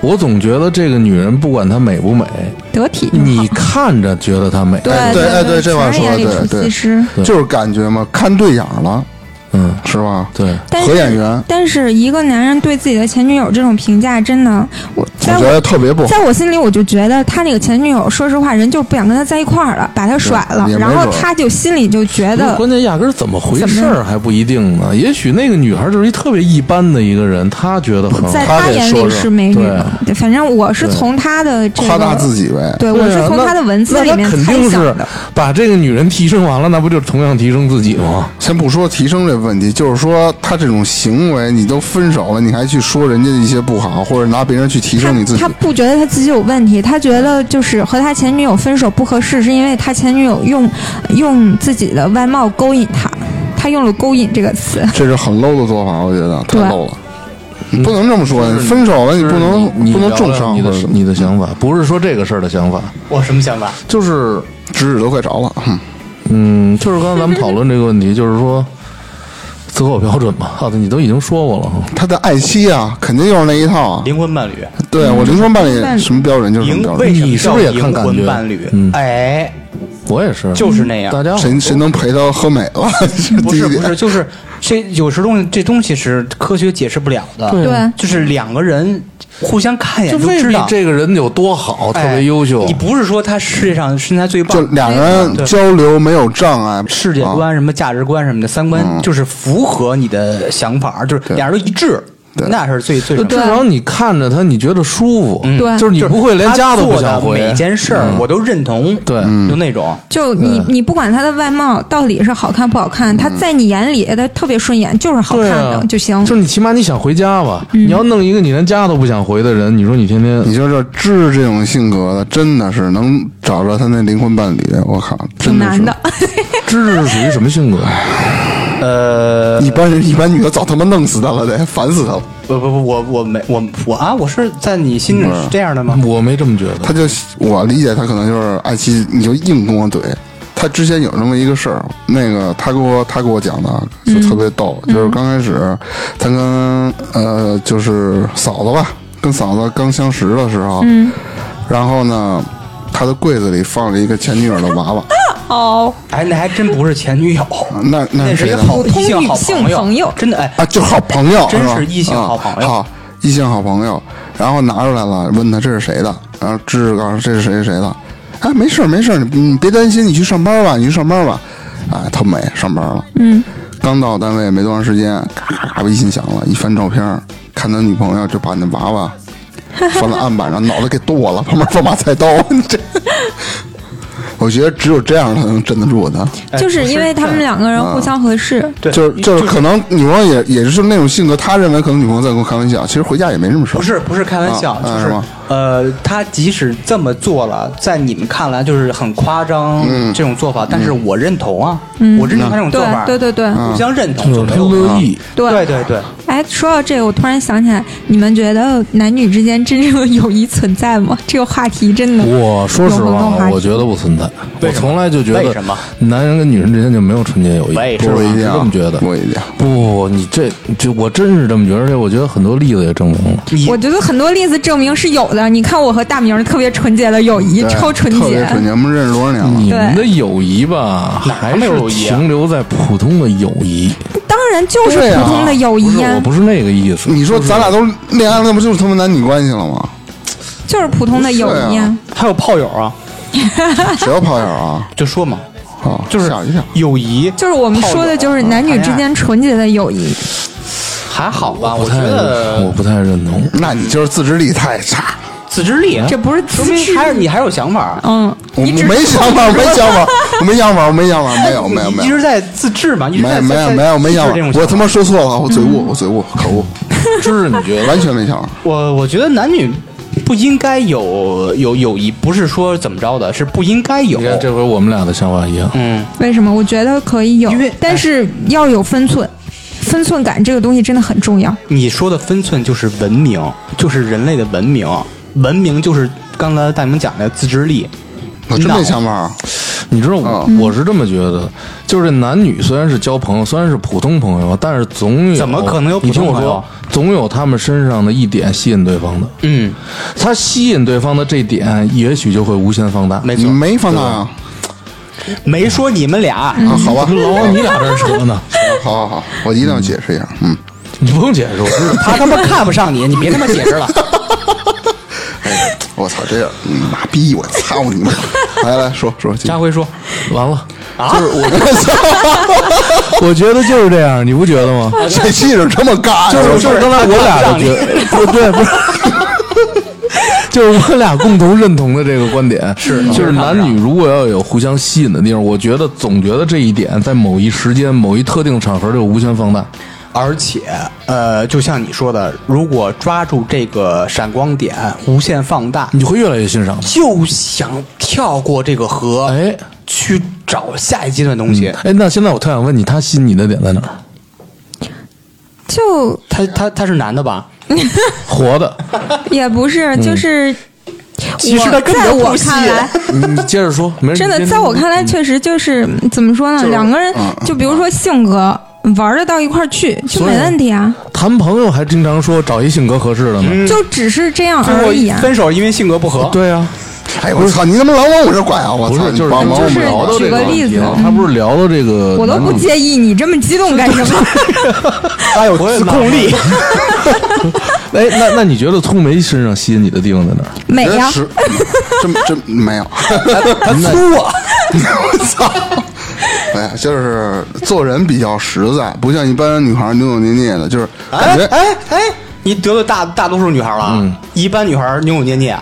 我总觉得这个女人不管她美不美，得体就好你看着觉得她美，嗯对哎对哎对这话从说眼得里对出对西施。对就是感觉嘛，看对眼儿了，嗯，是吧？对，但合眼是，缘，但是一个男人对自己的前女友这种评价，真的，我我在觉我得特别不好。在我心里，我就觉得他那个前女友，说实话，人就是不想跟他在一块儿了，把他甩了对也，没然后准儿他就心里就觉不是得关键压根儿怎么回事怎么儿还不一定呢。也许那个女孩就是一特别一般的一个人，她觉嗯得很好。在他他得眼里说是说美女对嘛。对反正我是对从他的这个，夸大自己呗，对我对是啊从那他的文字那里她面肯猜定想是的。把这个女人提升完了，那不就是同样提升自己吗？先不说提升这问题，就是说他这种行为，你都分手了，你还去说人家一些不好，或者拿别人去提他升你自己他，不觉得他自己有问题，他觉得就是和他前女友分手不合适，是因为他前女友用用自己的外貌勾引他，他用了“勾引”这个词。这是很 low 的做法，我觉得太对 low 了。你不能这么说，你分手了，你不能你不能聊重聊伤，你的或者什么你的想法，不是说这个事儿的想法，我什么想法？就是指指都快着了。哼嗯，就是刚才咱们讨论这个问题，就是说择偶标准嘛。好的，你都已经说过了哈。他的爱妻啊，肯定又是那一套啊。灵魂伴侣，对我灵魂伴侣什么标准就是什么灵标为准，什你么是不叫是也看灵感觉魂伴侣？嗯哎，我也是，嗯就是那样大家谁谁能陪他喝美了？ 是哦不是第一不点是，就是这有时东西这东西是科学解释不了的。对对就是两个人互相看一就眼未知必道这个人有多好，特哎别优秀。你不是说他世界上身材最棒，就两个人对交流没有障碍，世界啊观、什么价值观什么的，三嗯观就是符合你的想法，就是俩人都一致，那是最最就什至么。少你看着他，你觉得舒服，嗯对就是你不会连家都不想他做回的。每件事嗯儿我都认同，对就那种。就你你不管他的外貌到底是好看不好看，他在你眼里他特别顺眼，就是好看对的啊，就行。嗯就是你起码你想回家吧，你要弄一个你连家都不想回的人，你说你天 天你就这治这种性格的，真的是能找着他那灵魂伴侣，我靠，挺真难是的，芝芝是属于什么性格？呃，一般人一般女的早他妈弄死他了，得烦死他了。不不不，我我没我我啊，我是在你心里嗯是这样的吗？我没这么觉得他。就我理解他可能就是爱妻，你就硬跟我怼。他之前有那么一个事儿，那个他给我他给我讲的就特别逗，嗯就是刚开始他跟呃就是嫂子吧，跟嫂子刚相识的时候，嗯然后呢，他的柜子里放着一个前女友的娃 娃，哦，哎，那还真不是前女友，啊 那那那是是一谁个的？好普通异性好女性朋友真的哎，啊，就是好朋友，真吧是异性好朋友啊好，异性好朋友。然后拿出来了，问他这是谁的，然后芝芝告诉这是谁谁谁的。哎，没事儿没事儿，你你别担心，你去上班吧，你去上班吧。哎，他没上班了，嗯，刚到单位没多长时间，咔咔微信响了，一翻照片儿，看他女朋友就把那娃娃放在案板上，脑袋给剁了，旁边放把菜刀， 这。我觉得只有这样才能镇得住他。哎就是因为他们两个人互相合适。对，就是就是可能女朋友也也是那种性格，他认为可能女朋友在跟我开玩笑，其实回家也没什么事儿。不是不是开玩笑，啊就啊是是吗呃，他即使这么做了，在你们看来就是很夸张嗯这种做法，但是我认同啊，我认同他这种做法，嗯对对对对嗯互相认同就就是他没有乐意，对对对对，哎，说到这个，我突然想起来，你们觉得男女之间真正的友谊存在吗？这个话题真的，我说实有很多话话，啊题我觉得不存在。我为什么从来就觉得为什么，男人跟女人之间就没有纯洁友谊。为我什么我一一直定啊这么觉得。我一定啊。不不不，你这这，我真是这么觉得。而且我觉得很多例子也证明了。你我觉得很多例子证明是有的。你看我和大明儿特别纯洁的友谊，对超纯特洁别。纯洁，我们认识多少年了？你们的友谊吧，还没有是友谊啊停留在普通的友谊，当然就是对啊普通的友不谊是哎呀、我不是那个意思。你说咱俩都恋爱了，那不就是他妈男女关系了吗？就是普通的友谊、呀。还有炮友啊，谁要炮友啊？就说嘛，啊， 就是想一想，友谊，啊就是我们说的就是男女之间纯洁的友谊。还好吧，不我觉太，我得不太认 同。那你就是自制力太差。自制力，啊这不是说自制明还是你还是有想法。啊嗯，我你只没想法，我没 想法，我没想法，我没想法，没有没有你没一有直在自制嘛，一直没在有没有没有没有没有想这种 法，我他妈说错了，我嘴误，我嘴误，可恶。芝，你觉得？完全没想到。我我觉得男女不应该有有友谊，不是说怎么着的，是不应该有你。看这回我们俩的想法一样。嗯，为什么？我觉得可以有因为，但是要有分寸，分寸感这个东西真的很重要。你说的分寸就是文明，就是人类的文明，文明就是刚才大明讲的自制力。我真脑没想法啊儿，你知道我、嗯我是这么觉得，就是这男女虽然是交朋友，虽然是普通朋友，但是总有怎么可能有普你听通我朋友说，总有他们身上的一点吸引对方的，嗯，他吸引对方的这点，也许就会无限放大。没你错，没放大啊？没说你们俩。啊，好吧，老嗯往你俩这儿扯呢，好好好，我一定要解释一下。嗯，你不用解 释，我知道。他他妈看不 上你，你别他妈解释了。我操，这样嗯妈逼，我操你妈！来来说说，继续家辉说完了，啊就是我我觉得 就是这样，你不觉得吗？这戏是这么尬，就是就是刚才我俩的觉，不对 不是，就是我俩共同认同的这个观点是，嗯就是男女如果要有互相吸引的地方，我觉得总觉得这一点在某一时间、某一特定场合就无限放大。而且，呃，就像你说的，如果抓住这个闪光点，无限放大，你会越来越欣赏的。就想跳过这个河，哎去找下一阶段东西。哎，那现在我特想问你，他吸引你的点在哪儿？就他他他是男的吧？活的， 也不是，就是其实他我根在本我不吸看引来，你你接着说，没事。 真的你，先在我看来，确实就是嗯怎么说呢？两个人就比如说性格玩得到一块儿去，就所以没问题啊，谈朋友还经常说找一性格合适的呢。就只是这样最而已后啊。分手因为性格不合。对啊，哎，我操，你怎么老往我这拐啊？我不操，是你就是往刚往刚我我们聊就是们到举这个问例题子了嗯他不是聊到这个，我都不介意你这么激动干什么？他有自控力，哎，那那你觉得聪梅身上吸引你的地方在哪儿？ 美真呀，是真真没有，他粗啊！我操！哎呀，就是做人比较实在，不像一般女孩儿扭扭捏捏的，就是哎感觉哎哎，嗯你得罪大大多数女孩了，啊一般女孩扭扭捏捏。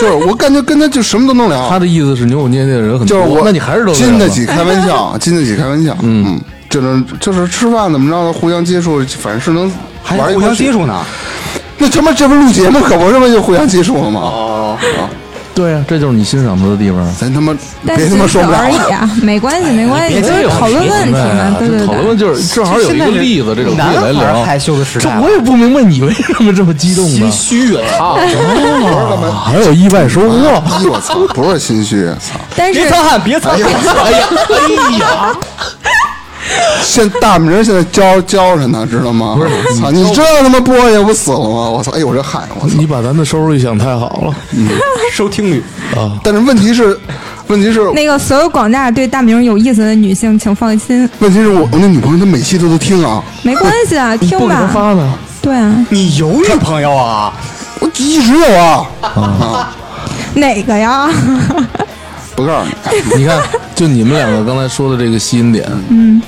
就是我感觉跟她就什么都能聊。他的意思是扭扭捏捏的人很多，就是我，那你还是都经得得起开玩笑，经得起开玩笑。嗯，就是就是吃饭怎么着的，互相接触，反正是能还玩一互块相儿去接。触呢，那他妈这不录节目，可不这不就互相接触了吗？哦，对啊，这就是你欣赏他的地方。咱他妈但别他妈仅说此不了而已了。啊，没关系，没关系，就别是这样讨论问题嘛，对啊这对讨论对。就是正好有一个例子，这种可以男孩来聊。害羞的时这代了啊我也不明白你为什么这么激动心呢？虚啊！啊还有意外收获。哎 呦我操，不是心虚，操！但别是擦汗，别擦汗！哎呀，哎呀，现大明儿现在教教着呢，知道吗？不是，操！你这他妈播下不死了吗？我操！哎呦，我这汗，我操！你把咱的收入想太好了，收听率 但是问题是，问题是，那个所有广大对大明有意思的女性，请放心，问题是我我那女朋友她每期她都听啊，没关系啊，听不给他吧。发呢。对啊，你有女朋友啊？我一直有啊。哪个呀？ 不告诉你，啊你看，就你们两个刚才说的这个吸引点，嗯，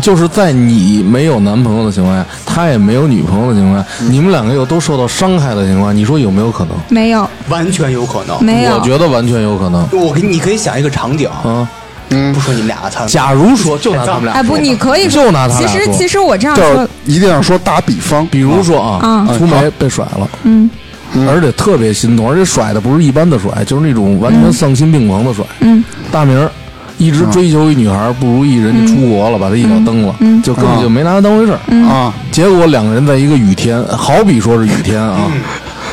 就是在你没有男朋友的情况下，他也没有女朋友的情况下，你们两个又都受到伤害的情况下，你说有没有可能？没有，完全有可能。没我有。觉得完全有可能。我给你你可以想一个场景，啊，不说你们俩了，他假如说就拿他们俩，哎，不，你可以就拿他其俩实说其实我这样就是说，一定要说打比方，比如说啊，嗯粗梅被甩了，嗯，而且特别心痛，而且甩的不是一般的甩，就是那种完全丧心病狂的甩，嗯，大明儿一直追求一女孩不如意，人家出国嗯了，把她一脚蹬了，就根本就没拿她当回事儿，啊，结果两个人在一个雨天，好比说是雨天啊，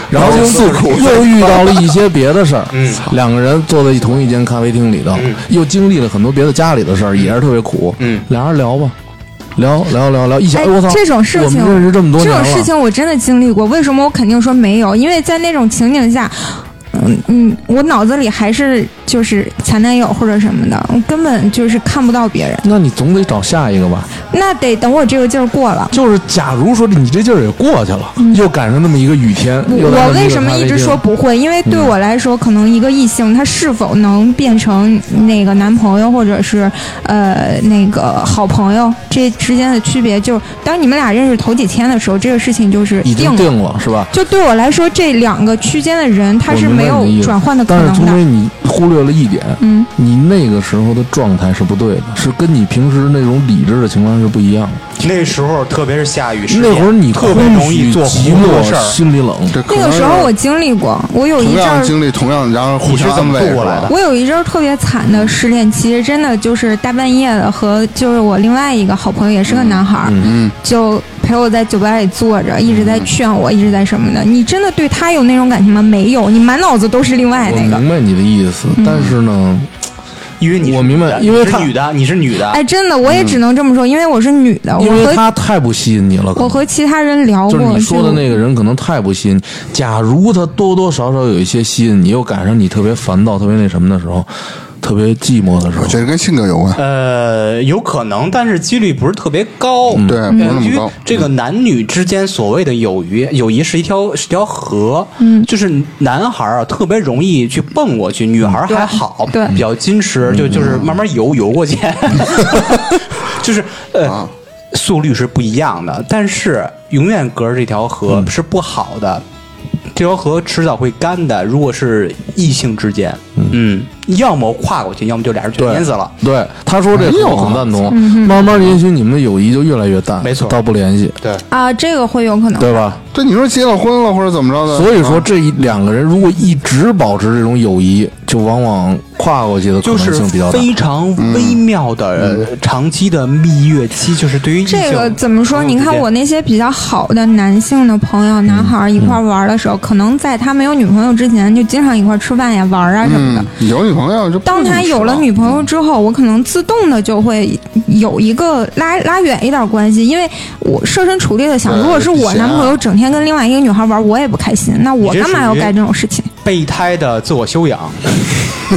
然后然后四处又嗯又遇到了一些别的事儿，两个人坐在同一间咖啡厅里头，又经历了很多别的家里的事儿，也是特别苦。嗯俩人聊吧，聊聊聊聊，一想，哎我操，这种事我情，们认识这么多年了，种事情我真的经历过。为什么我肯定说没有？因为在那种情景下，嗯嗯，我脑子里还是就是前男友或者什么的，我根本就是看不到别人。那你总得找下一个吧？那得等我这个劲儿过了。就是假如说你这劲儿也过去了，又赶上那么一个雨天，又来嗯我那么为个什么咖啡嗯一直厅说不会？因为对我来说，可能一个异性他是否能变成那个男朋友或者是呃那个好朋友，这之间的区别就是，当你们俩认识头几天的时候，这个事情就是已定经了。定了是吧？就对我来说，这两个区间的人他是没有转换的可但是能聪的。威，你忽略了一点，嗯，你那个时候的状态是不对的，是跟你平时那种理智的情况是不一样的。那时候特别是下雨时间，那会儿你特别容易做空虚糊寂涂的事寞，儿。心里冷。这可那能个时候是我经历过，我有一同阵样儿经历同样，然后互你是相怎安么慰度是过来 吧的？我有一阵儿特别惨的失恋期，真的就是大半夜的，和就是我另外一个好朋友也是个男孩儿，嗯就陪我在酒吧里坐嗯着，一直在劝我，一直在什么的。你真的对他有那种感情吗？没有，你满脑子都是另外我那个。明白你的意思，但是呢，因为你是我明白女的因为你是他女的，啊你是女的，哎，真的，我也只能这么说，因为我是女的，哦我因为和他太不吸引你了。可能我和其他人聊就是过，你说的那个人可能太不吸引你。假如他多多少少有一些吸引你，又赶上你特别烦躁、特别那什么的时候，特别寂寞的时候我，觉得跟性格有关，呃，有可能，但是几率不是特别高。嗯对，不是那因么为高。嗯这个男女之间所谓的友谊，友谊是一条是条河，嗯，就是男孩儿啊特别容易去蹦过去，女孩儿还好，对对比较矜持，就就是慢慢游游过去， 就是呃。啊速率是不一样的，但是永远隔着这条河是不好的，这条河迟早会干的。如果是异性之间，嗯，要么跨过去，要么就俩人就对淹死了。对，他说这没个有我啊很赞同。慢慢，也许你们的友谊就越来越淡，没错到不联系，对，啊，这个会有可能。对吧？对，你说结了婚了或者怎么着的，所以说，啊这一两个人如果一直保持这种友谊，就往往跨过去的可就能是性比较大。嗯非常微妙的呃长期的蜜月期，就是对于异性这个怎么说？朋友你看之间我那些比较好的男性的朋友、男孩儿一块儿玩儿的嗯时候，可能在他没有女朋友之前，就经常一块儿吃饭呀、玩儿啊什么的嗯。，有女朋友就不当他有了女朋友之后，我可能自动的就会有一个拉拉远一点关系，因为我设身处地的想，对如果是我以前啊男朋友整天跟另外一个女孩玩，我也不开心，那我你这干嘛要属于干这种事情？ 备胎的自我修养，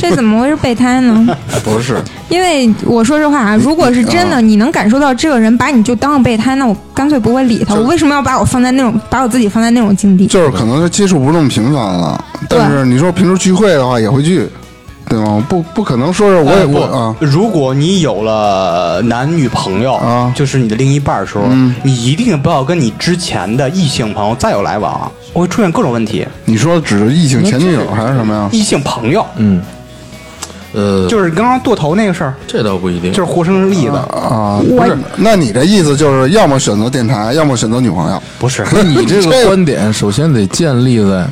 这怎么会是备胎呢？哎不是，因为我说实话啊，如果是真的，你能感受到这个人把你就当个备胎，那我干脆不会理他。就我为什么要把我放在那种把我自己放在那种境地？就是可能是接触不是那么频繁了，但是你说平时聚会的话也会聚，对吗？不不可能说是我哎也呃不我啊，如果你有了男女朋友，啊就是你的另一半的时候，嗯你一定不要跟你之前的异性朋友再有来往，会出现各种问题。啊你说指着异性前女友还是什么呀？异性朋友嗯，呃，就是刚刚剁头那个事儿，这倒不一定就是活生生例子，啊，不是，那你的意思就是要么选择电台，要么选择女朋友，不是。那你 这个观点，首先得建立在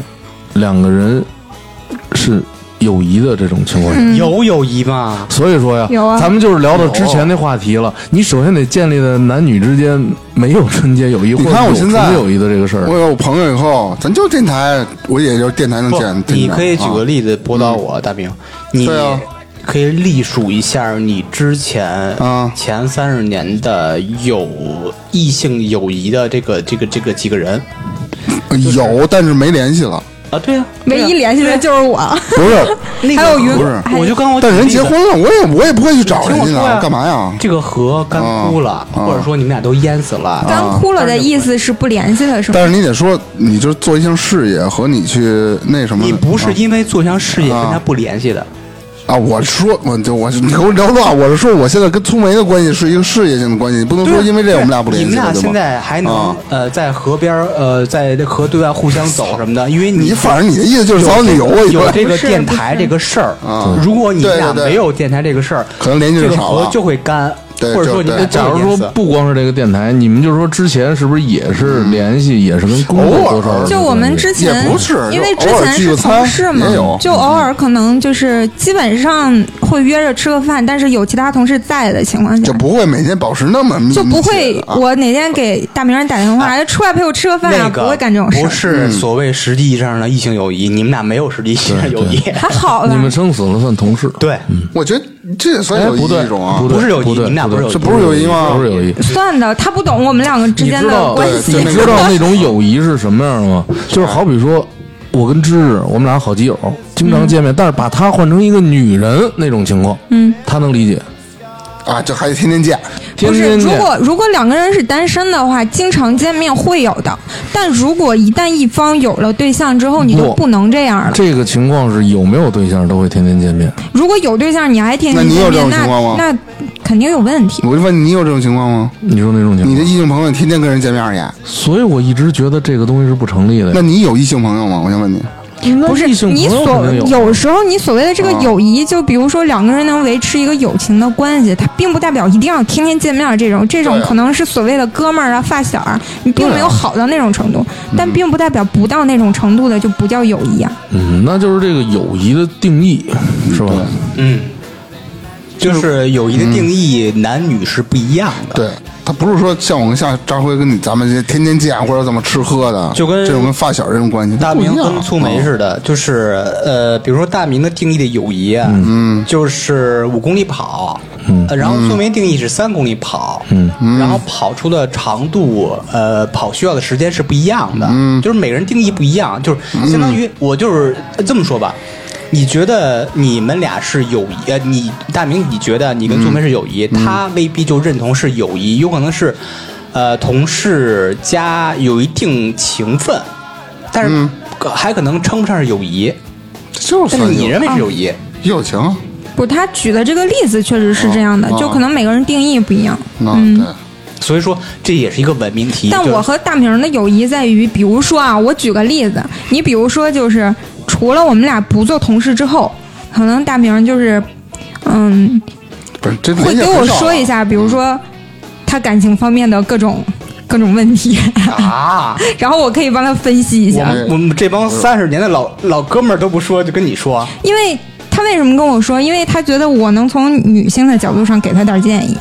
两个人是友谊的这种情况下。有友谊吗？所以说呀，嗯有啊咱们就是聊到之前那话题了。你首先得建立在男女之间没有纯洁友谊，或你者看我有现纯在洁友谊的这个事儿。我有朋友以后，咱就电台，我也就是电台啊能不见。，你可以举个例，例子驳倒我，大明，你嗯对啊可以历数一下你之前啊前三十年的有异性友谊的这个这个这个几个人有，但是没联系了，啊？对啊，唯一联系的就是我，不是，那个还有云不是，还我就刚我但人举例子结婚了，我也我也不会去找听人家啊我说呀呢，干嘛呀？啊这个河干枯了，或者说你们俩都淹死了。干枯了的意思是不联系了，是吗？但是你得说，你就做一项事业和你去那什么，你不是因为做项事业啊跟他不联系的，啊？我说，我就我你给我聊乱，我是说我现在跟粗梅的关系是一个事业性的关系，你不能说因为这我们俩不联啊你系们俩了，对现吗？在还能、啊呃在河边儿呃在这河对岸互相走什么的，因为你你反正你的意思就是早晚得有我以有后这个不是电台这个事儿嗯啊。如果你们俩对对对没有电台这个事儿，可能联系这就个少了河就会干，对或者说就你对们假如说不光是这个电台，你们就是说之前是不是也是联嗯系，也是跟工作多少有关系？就我们之前也不是因为就之偶尔前聚是个同餐事嘛也有，就偶尔可能就是基本上会约着吃个饭，但是有其他同事在的情况下就。不会每天保持那么密就不密会切，的啊我哪天给大明人打电话，哎，出来陪我吃个饭啊，那不个会干这种事不儿，嗯是所谓实际意义上的异性友谊，你们俩没有实际意义上的友谊，还好吧你？们生死了算同事。 对，我觉得这也算哎，有不对，一种啊不。对不是友谊不对你们俩不是友谊这不是友谊吗不是友谊。算的，他不懂我们两个之你间知的道，关对系你就。知道那种友谊是什么样吗？就是好比说，我跟芝芝，我们俩好基友，经嗯常见面，但是把她换成一个女人那种情况，嗯，她能理解。啊，就还得天天见，天不是，天如见，果如果两个人是单身的话，经常见面会有的。但如果一旦一方有了对象之后，你就不不能这样了。这个情况是有没有对象都会天天见面。如果有对象，你还天那天你有见这面，种情那况吗那肯定有问题。我就问你有这种情况吗？你说那种情啊你的况，异性朋友天天跟人见面去，所以我一直觉得这个东西是不成立的呀。那你有异性朋友吗？我先问你，那不是异性朋你友所肯定有啊有时候你所谓的这个友谊，就比如说两个人能维持一个友情的关系，它并不代表一定要天天见面这种，这种对啊可能是所谓的哥们儿啊、发小啊，你并没有好到那种程度，啊但并不代表不到那种程度的就不叫友谊啊。嗯，那就是这个友谊的定义是吧？嗯，就是友谊的定义，男女是不一样的。对他不是说像我跟下张辉跟你咱们这天天见或者怎么吃喝的，就跟这种跟发小这种关系大不一明样哦跟粗梅似的，就是呃，比如说大明的定义的友谊啊，嗯，就是五公里跑，嗯，然后粗梅定义是三公里跑，嗯，然后跑出的长度，呃，跑需要的时间是不一样的，嗯，就是每个人定义不一样，就是相当于我就是呃这么说吧。你觉得你们俩是友谊？呃，你大明，你觉得你跟粗梅是友谊，他未必就认同是友谊，有可能是，呃，同事加有一定情分，但是、可还可能称不上是友谊，就是但算是你友认为是友谊，友情，不，他举的这个例子确实是这样的，哦就可能每个人定义不一样。那对，所以说这也是一个文明题。但就是我和大明的友谊在于，比如说啊，我举个例子，你比如说就是，除了我们俩不做同事之后，可能大明就是，嗯，不是这会理解给不我到啊说一下，比如说他感情方面的各种各种问题，啊， 然后我可以帮他分析一我下，们我们这帮三十年的老老哥们儿都不说，就跟你说，因为他为什么跟我说？因为他觉得我能从女性的角度上给他点建议。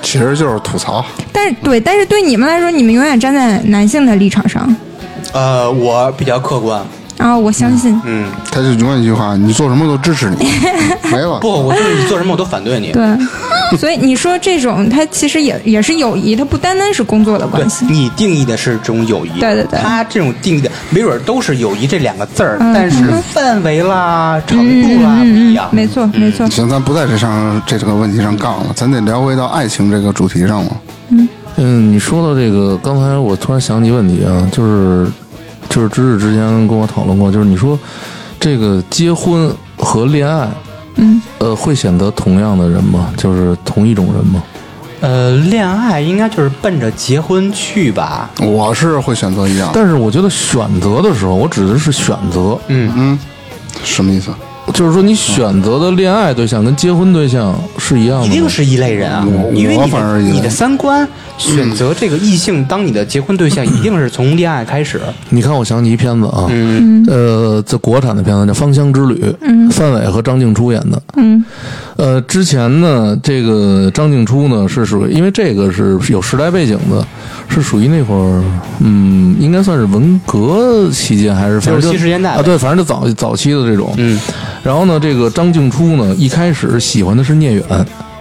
其实就是吐槽，但是对，但是对你们来说，你们永远站在男性的立场上呃，我比较客观，啊，我相信。嗯，他就永远一句话：你做什么都支持你，没了。不，我就是你做什么我都反对你。对， 所以你说这种，它其实也也是友谊，它不单单是工作的对关系。你定义的是这种友谊，对对对他这种定义的没准儿都是友谊这两个字儿，嗯但是范围啦、程度啊啦不一样。没错，没错。行，咱不在这上这个问题上杠了，咱得聊回到爱情这个主题上了。嗯，你说到这个，刚才我突然想起问题啊，就是就是知识之前跟我讨论过，就是你说这个结婚和恋爱，嗯，呃，会选择同样的人吗？就是同一种人吗？呃，恋爱应该就是奔着结婚去吧。我是会选择一样，但是我觉得选择的时候，我指的是选择，嗯，什么意思？啊就是说你选择的恋爱对象跟结婚对象是一嗯样的一吗，定是一类人啊，因为我你反的嗯而一类你的三观选择这个异性当你的结婚对象，一定是从恋爱开始。你看，我想起一片子啊，嗯，呃，这国产的片子叫《芳香之旅》，嗯范伟和张静初演的。嗯呃，之前呢，这个张静初呢是属于，因为这个是有时代背景的，是属于那会儿，嗯，应该算是文革期间还是反正就60年代啊，对，反正就早早期的这种。嗯，然后呢，这个张静初呢一开始喜欢的是聂远，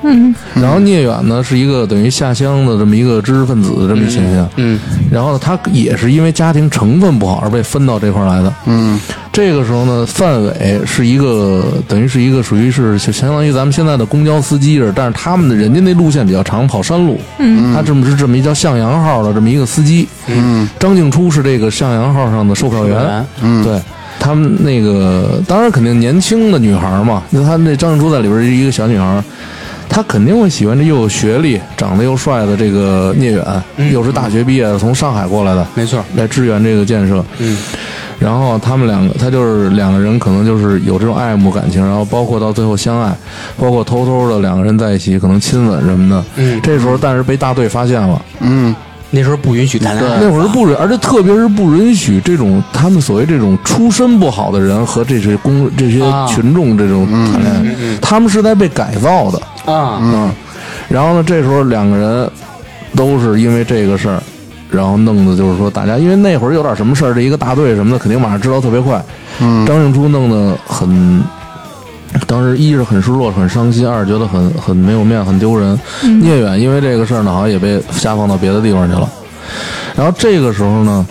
嗯然后聂远呢是一个等于下乡的这么一个知识分子的这么一形象，嗯，然后呢，他也是因为家庭成分不好而被分到这块儿来的。嗯，这个时候呢，范伟是一个等于是一个属于是就相当于咱们现在的公交司机似的，但是他们的人家那路线比较长，跑山路。嗯，他这么是这么一叫向阳号的这么一个司机。嗯，张静初是这个向阳号上的售票售票员员。嗯，对。他们那个当然肯定年轻的女孩嘛，那他那张静初在里边是一个小女孩，她肯定会喜欢这又有学历、长得又帅的这个聂远，又是大学毕业的，从上海过来的，嗯没错。来支援这个建设。嗯，然后他们两个，他就是两个人，可能就是有这种爱慕感情，然后包括到最后相爱，包括偷偷的两个人在一起，可能亲吻什么的。嗯这时候但是被大队发现了，嗯，那时候不允许谈恋爱，那会儿是不允，而且特别是不允许这种他们所谓这种出身不好的人和这些公这些啊群众这种谈恋爱，他们是在被改造的。啊，嗯，然后呢，这时候两个人都是因为这个事儿，然后弄的就是说大家因为那会儿有点什么事儿，这一个大队什么的肯定马上知道特别快。嗯，张静初弄得很，当时一是很失落、很伤心，二觉得很很没有面、很丢人。嗯聂远因为这个事儿呢，好像也被下放到别的地方去了。然后这个时候呢。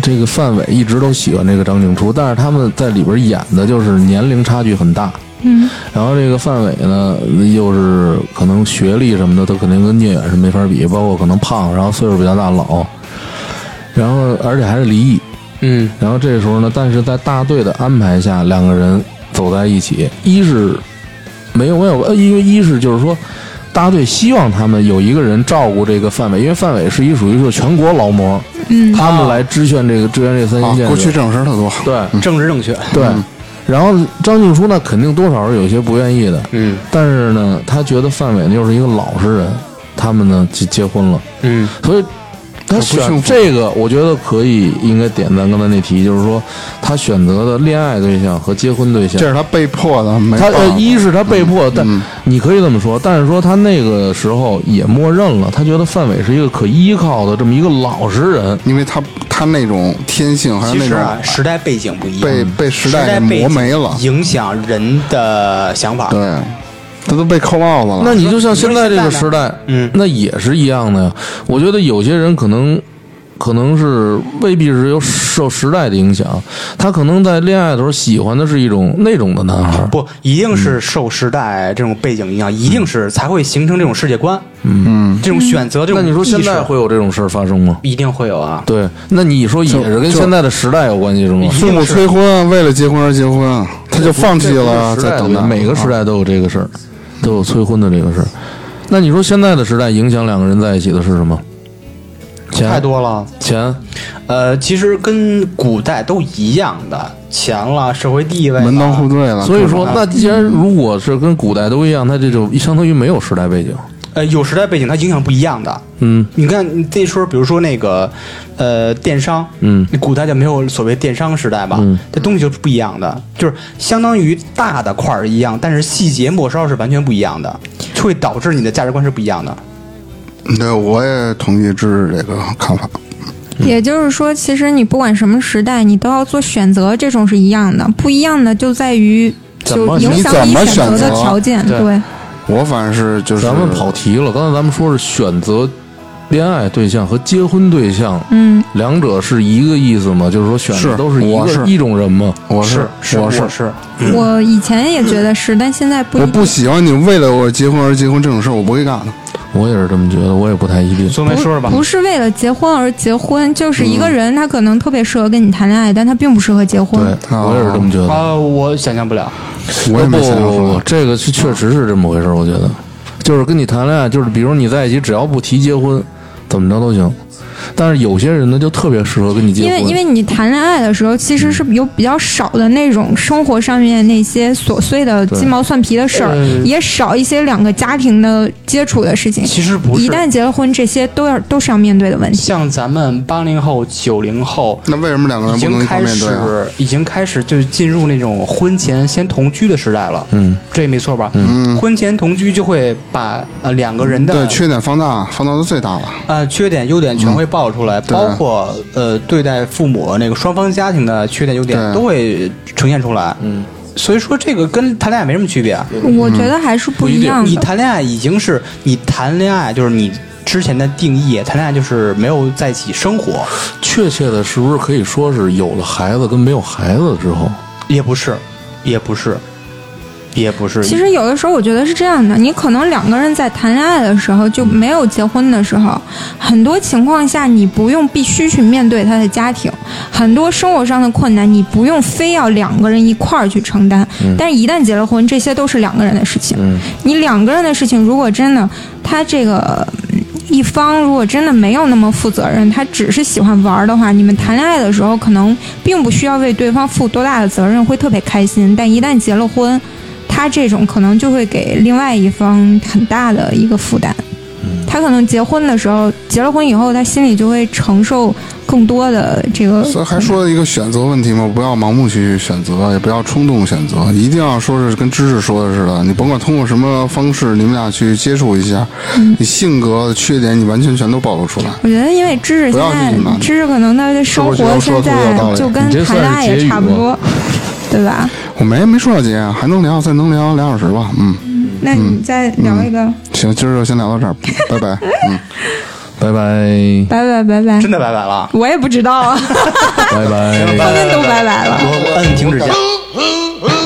这个范伟一直都喜欢这个张静初，但是他们在里边演的就是年龄差距很大，嗯然后这个范伟呢，又是可能学历什么的，他肯定跟聂远是没法比，包括可能胖，然后岁数比较大老，然后而且还是离异。嗯然后这时候呢，但是在大队的安排下，两个人走在一起，一是没有没有，呃，因为一是就是说。大家队希望他们有一个人照顾这个范伟，因为范伟是一属于是全国劳模，嗯，他们来支援这个支援这三啊一线，，过去这种嗯事儿特多。对政治正确，对。然后张静初呢，肯定多少是有些不愿意的，嗯但是呢，他觉得范伟呢又是一个老实人，他们呢结结婚了，嗯所以他他不选幸福这个，我觉得可以应该点赞刚才那题，就是说他选择的恋爱对象和结婚对象这，是他被迫的，没嗯他办法呃，一是他被迫，但你可以这么说，但是说他那个时候也默认了，他觉得范伟是一个可依靠的这么一个老实人。因为他他那种天性还有其那实种啊，时代背景不一样，被被时时代给背磨景没了，影响人的想法。对，他都被扣帽子了。那你就像现在这个时现代，嗯那也是一样的呀。我觉得有些人可能。可能是未必是有受时代的影响，他可能在恋爱的时候喜欢的是一种那种的男孩儿，不一定嗯是受时代这种背景影响，一定是才会形成这种世界观，嗯，这种选择，这那种你说现意识在会有这种事儿发生吗？一定会有啊。对，那你说也是跟就现在的时代有关系是吗？父母催婚，为了结婚而结婚，他就放弃这个了时代再的等待。每个时代都有这个事儿，啊都有催婚的这个事儿。那你说现在的时代影响两个人在一起的是什么？钱太多了，钱，呃，其实跟古代都一样的，钱了，社会地位啦，啊门当户对了，所以各说种，那既然如果是跟古代都一样，那这就相当于没有时代背景。呃，有时代背景，它影响不一样的。嗯，你看，你这时候，比如说那个，呃，电商，嗯，古代就没有所谓电商时代吧？嗯，这东西就是不一样的，就是相当于大的块儿一样，但是细节末梢是完全不一样的，就会导致你的价值观是不一样的。对我也同意支持这个看法。也就是说，其实你不管什么时代，你都要做选择，这种是一样的。不一样的就在于怎就么影响你你怎么选择的选择条件，对对。我反正是就是咱们跑题了，刚才咱们说是选择恋爱对象和结婚对象，嗯，两者是一个意思吗？就是说选的是都是一我个是一种人吗？我是我是是是，我以前也觉得是，但现在不一我定。不喜欢你为了我结婚而结婚这种事儿，我不会干的。我也是这么觉得，我也不太一定。苏梅说说吧不，不是为了结婚而结婚，就是一个人他可能特别适合跟你谈恋爱，但他并不适合结对婚。，我也是这么觉得。啊，我想象不了。我也没想不过。不不不，这个是确实是这么回事儿，我觉得，就是跟你谈恋爱，就是比如你在一起，只要不提结婚，怎么着都行。但是有些人呢，就特别适合跟你结因婚，为因为你谈恋爱的时候，其实是有比较少的那种生活上面那些琐碎的对鸡毛蒜皮的事儿，也少一些两个家庭的接触的事情。其实不是一旦结了婚，这些都要都是要面对的问题。像咱们八零后、九零后，那为什么两个已人嗯不能经一块开面始对、啊？，已经开始就是进入那种婚前先同居的时代了。嗯，这没错吧？嗯，婚前同居就会把呃两个人的对，缺点放大，放大到最大了。呃缺点优点全会暴露出来，嗯对包括呃对待父母那个双方家庭的缺点优点对都会呈现出来。嗯，所以说这个跟谈恋爱没什么区别啊。我觉得还是不一样你的。谈恋爱已经是你谈恋爱就是你之前的定义，谈恋爱就是没有在一起生活，确切的是不是可以说是有了孩子跟没有孩子之后，也不是，也不是，也不是。其实有的时候我觉得是这样的，你可能两个人在谈恋爱的时候就没有结婚的时候，很多情况下你不用必须去面对他的家庭，很多生活上的困难你不用非要两个人一块儿去承担。但是一旦结了婚，这些都是两个人的事情。嗯你两个人的事情，如果真的他这个嗯一方如果真的没有那么负责任，他只是喜欢玩儿的话，你们谈恋爱的时候可能并不需要为对方负多大的责任，会特别开心。但一旦结了婚，他这种可能就会给另外一方很大的一个负担。嗯他可能结婚的时候，结了婚以后，他心里就会承受更多的这个。所以还说一个选择问题嘛，不要盲目去选择，也不要冲动选择，一定要说是跟知识说的似的，你甭管通过什么方式，你们俩去接触一下，你性格缺点你完全全都暴露出来。我觉得，因为知识不现要在去隐瞒，知识可能他的生是不活是现觉得说得特别有道在理就跟你这谈算是恋爱结也语差不吗多，对吧？我没没说到结啊，还能聊，再能聊俩小时吧。嗯，那你再聊一个，行，今儿就先聊到这儿，拜拜。嗯，拜拜，拜拜拜拜，真的拜拜了啊。我也不知道啊，拜拜。后面都拜拜了。我摁停止键。 Ooh, ooh, ooh.